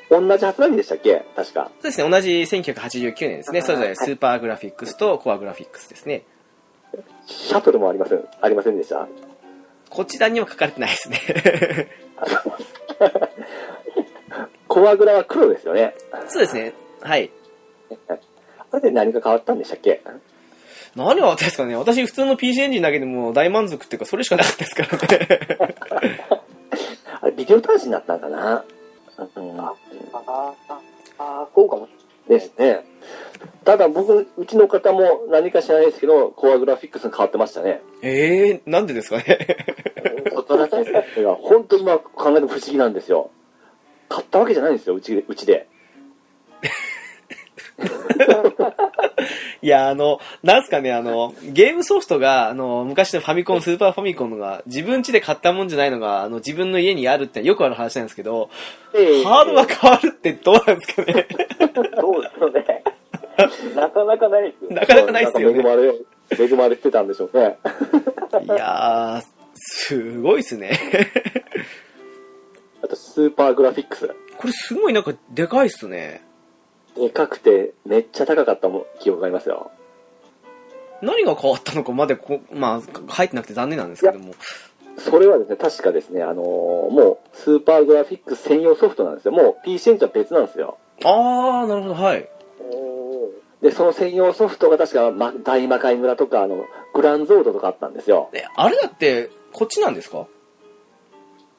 D: 同じ発売日でしたっけ確か。
C: そうですね、同じ1989年ですね。それぞれスーパーグラフィックスとコアグラフィックスですね。
D: シャトルもありません、ありませんでした。
C: こちらには書かれてないですね。
D: コアグラは黒ですよね。
C: そうですね。はい。
D: あれで何か変わったんでしたっけ
C: 何があったんですかね私普通の PC エンジンだけでもう大満足っていうかそれしかなかったですからね。
D: あれ、ビデオ端子になったんかな、うん
E: ああ、ああ、そうかもし
D: ですね。ただ僕、うちの方も何か知らないですけど、コアグラフィックスに変わってました ね。
C: ええー、なんでですかね
D: 大人対策が本当に今考えても不思議なんですよ。買ったわけじゃないんですよ、うちで。うちで
C: いや、あの、なんすかね、あの、ゲームソフトが、あの、昔のファミコン、スーパーファミコンのが、自分家で買ったもんじゃないのが、あの、自分の家にあるってよくある話なんですけど、ハードが変わるってどうなんですかね
E: れない。そうですよね。 なかなかないですよ。
C: なかなかないですよ
D: んか
C: ね。
D: 恵まれ、恵まれてたんでしょうね。
C: いやー、すごいっすね。
D: あと、スーパーグラフィックス。
C: これすごいなんかでかいっすね。
D: でかくて、めっちゃ高かったも記憶がありますよ。
C: 何が変わったのかまでこ、まあ、入ってなくて残念なんですけども。
D: それはですね、確かですね、あのーもう、スーパーグラフィックス専用ソフトなんですよ。もう、PC エンジンは別なんですよ。
C: あー、なるほど、はい。
D: で、その専用ソフトが確か、ま、大魔界村とか、あの、グランゾードとかあったんですよ。
C: え、あれだって、こっちなんですか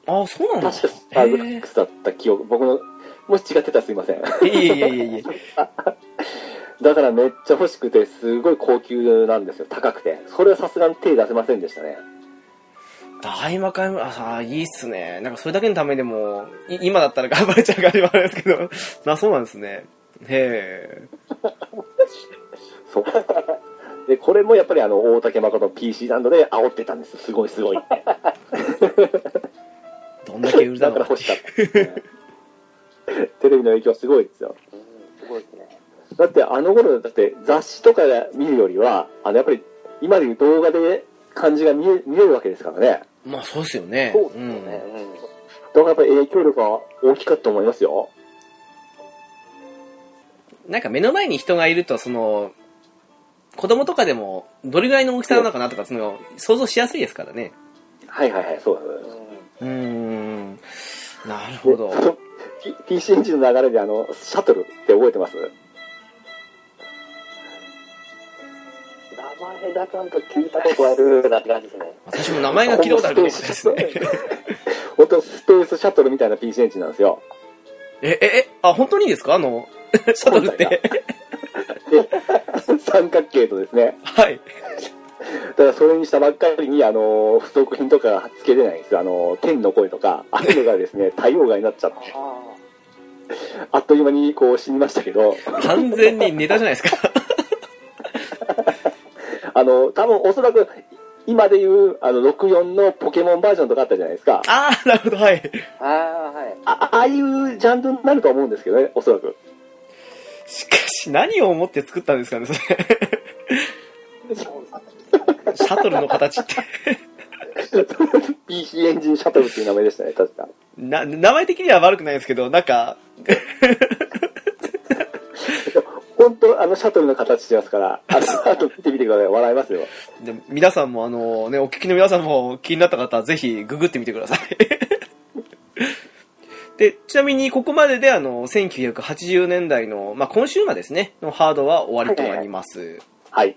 C: あー、そうなんだ。
D: 確かスーパーグラフィックスだった記憶、僕の、もし違ってたらすいません。
C: えーいえいえいえいえ。
D: だからめっちゃ欲しくて、すごい高級なんですよ、高くて。それはさすがに手出せませんでしたね。
C: 大魔界村、ああ、いいっすね。なんかそれだけのためでも、い今だったら 頑張れちゃう感じもあるんですけど、な、そうなんですね。へ
D: そう。で、これもやっぱりあの、大竹誠の PC ランドで煽ってたんです。すごいすごいって。
C: え、どんだ け売れ
D: だ
C: た
D: か
C: の
D: ら
C: か
D: 欲しかったですね。テレビの影響はすごいですよ。
E: すごいですね。
D: だってあの頃だって雑誌とかで見るよりは、あのやっぱり今でいう動画で感じが見え見れるわけですからね。
C: まあそうですよね。
E: そうですよね。
D: だからやっぱり影響力は大きかったと思いますよ。
C: うん。なんか目の前に人がいると、その、子供とかでも、どれぐらいの大きさなのかなとか、その、想像しやすいですからね。
D: はいはいはい、そうです。
C: うーん。なるほど。
D: で P- PC エンジンの流れであの、シャトルって覚えてます
E: 名前だけなんか聞いたことあるなって感じですね。
C: 私も名前が聞いたことあるかもしれないですね。
D: 本当スペースシャトルみたいな PC エンジンなんですよ。
C: え、え、え、あ、本当にいいですかあの、シャト ルって。
D: 三角形とですね。
C: はい。
D: だからそれにしたばっかりに、あの、付属品とかつけれないんですよ。あの、天の声とか、ああいうのがですね、太陽がになっちゃって、
E: あ
D: あっという間にこう死にましたけど、
C: 完全にネタじゃないですか。
D: あの、多分おそらく、今でいう、あの、64のポケモンバージョンとかあったじゃないですか。
C: ああ、なるほど、はい。
E: あ、ああ、はい。
D: あああいうジャンルになるとは思うんですけどね、おそらく。
C: しかし、何を思って作ったんですかね、それ。シャトルの形って。
D: PC エンジンシャトルっていう名前でしたね、確か。
C: な、名前的には悪くないですけど、なんか、
D: 本当あの、シャトルの形してますから、あの、あと見てみてください。笑いますよ。
C: で皆さんも、あのね、お聞きの皆さんも気になった方は、ぜひググってみてください。で、ちなみに、ここまでで、あの、1980年代の、まあ、コンシューマーですね、のハードは終わりとなります。
D: はい。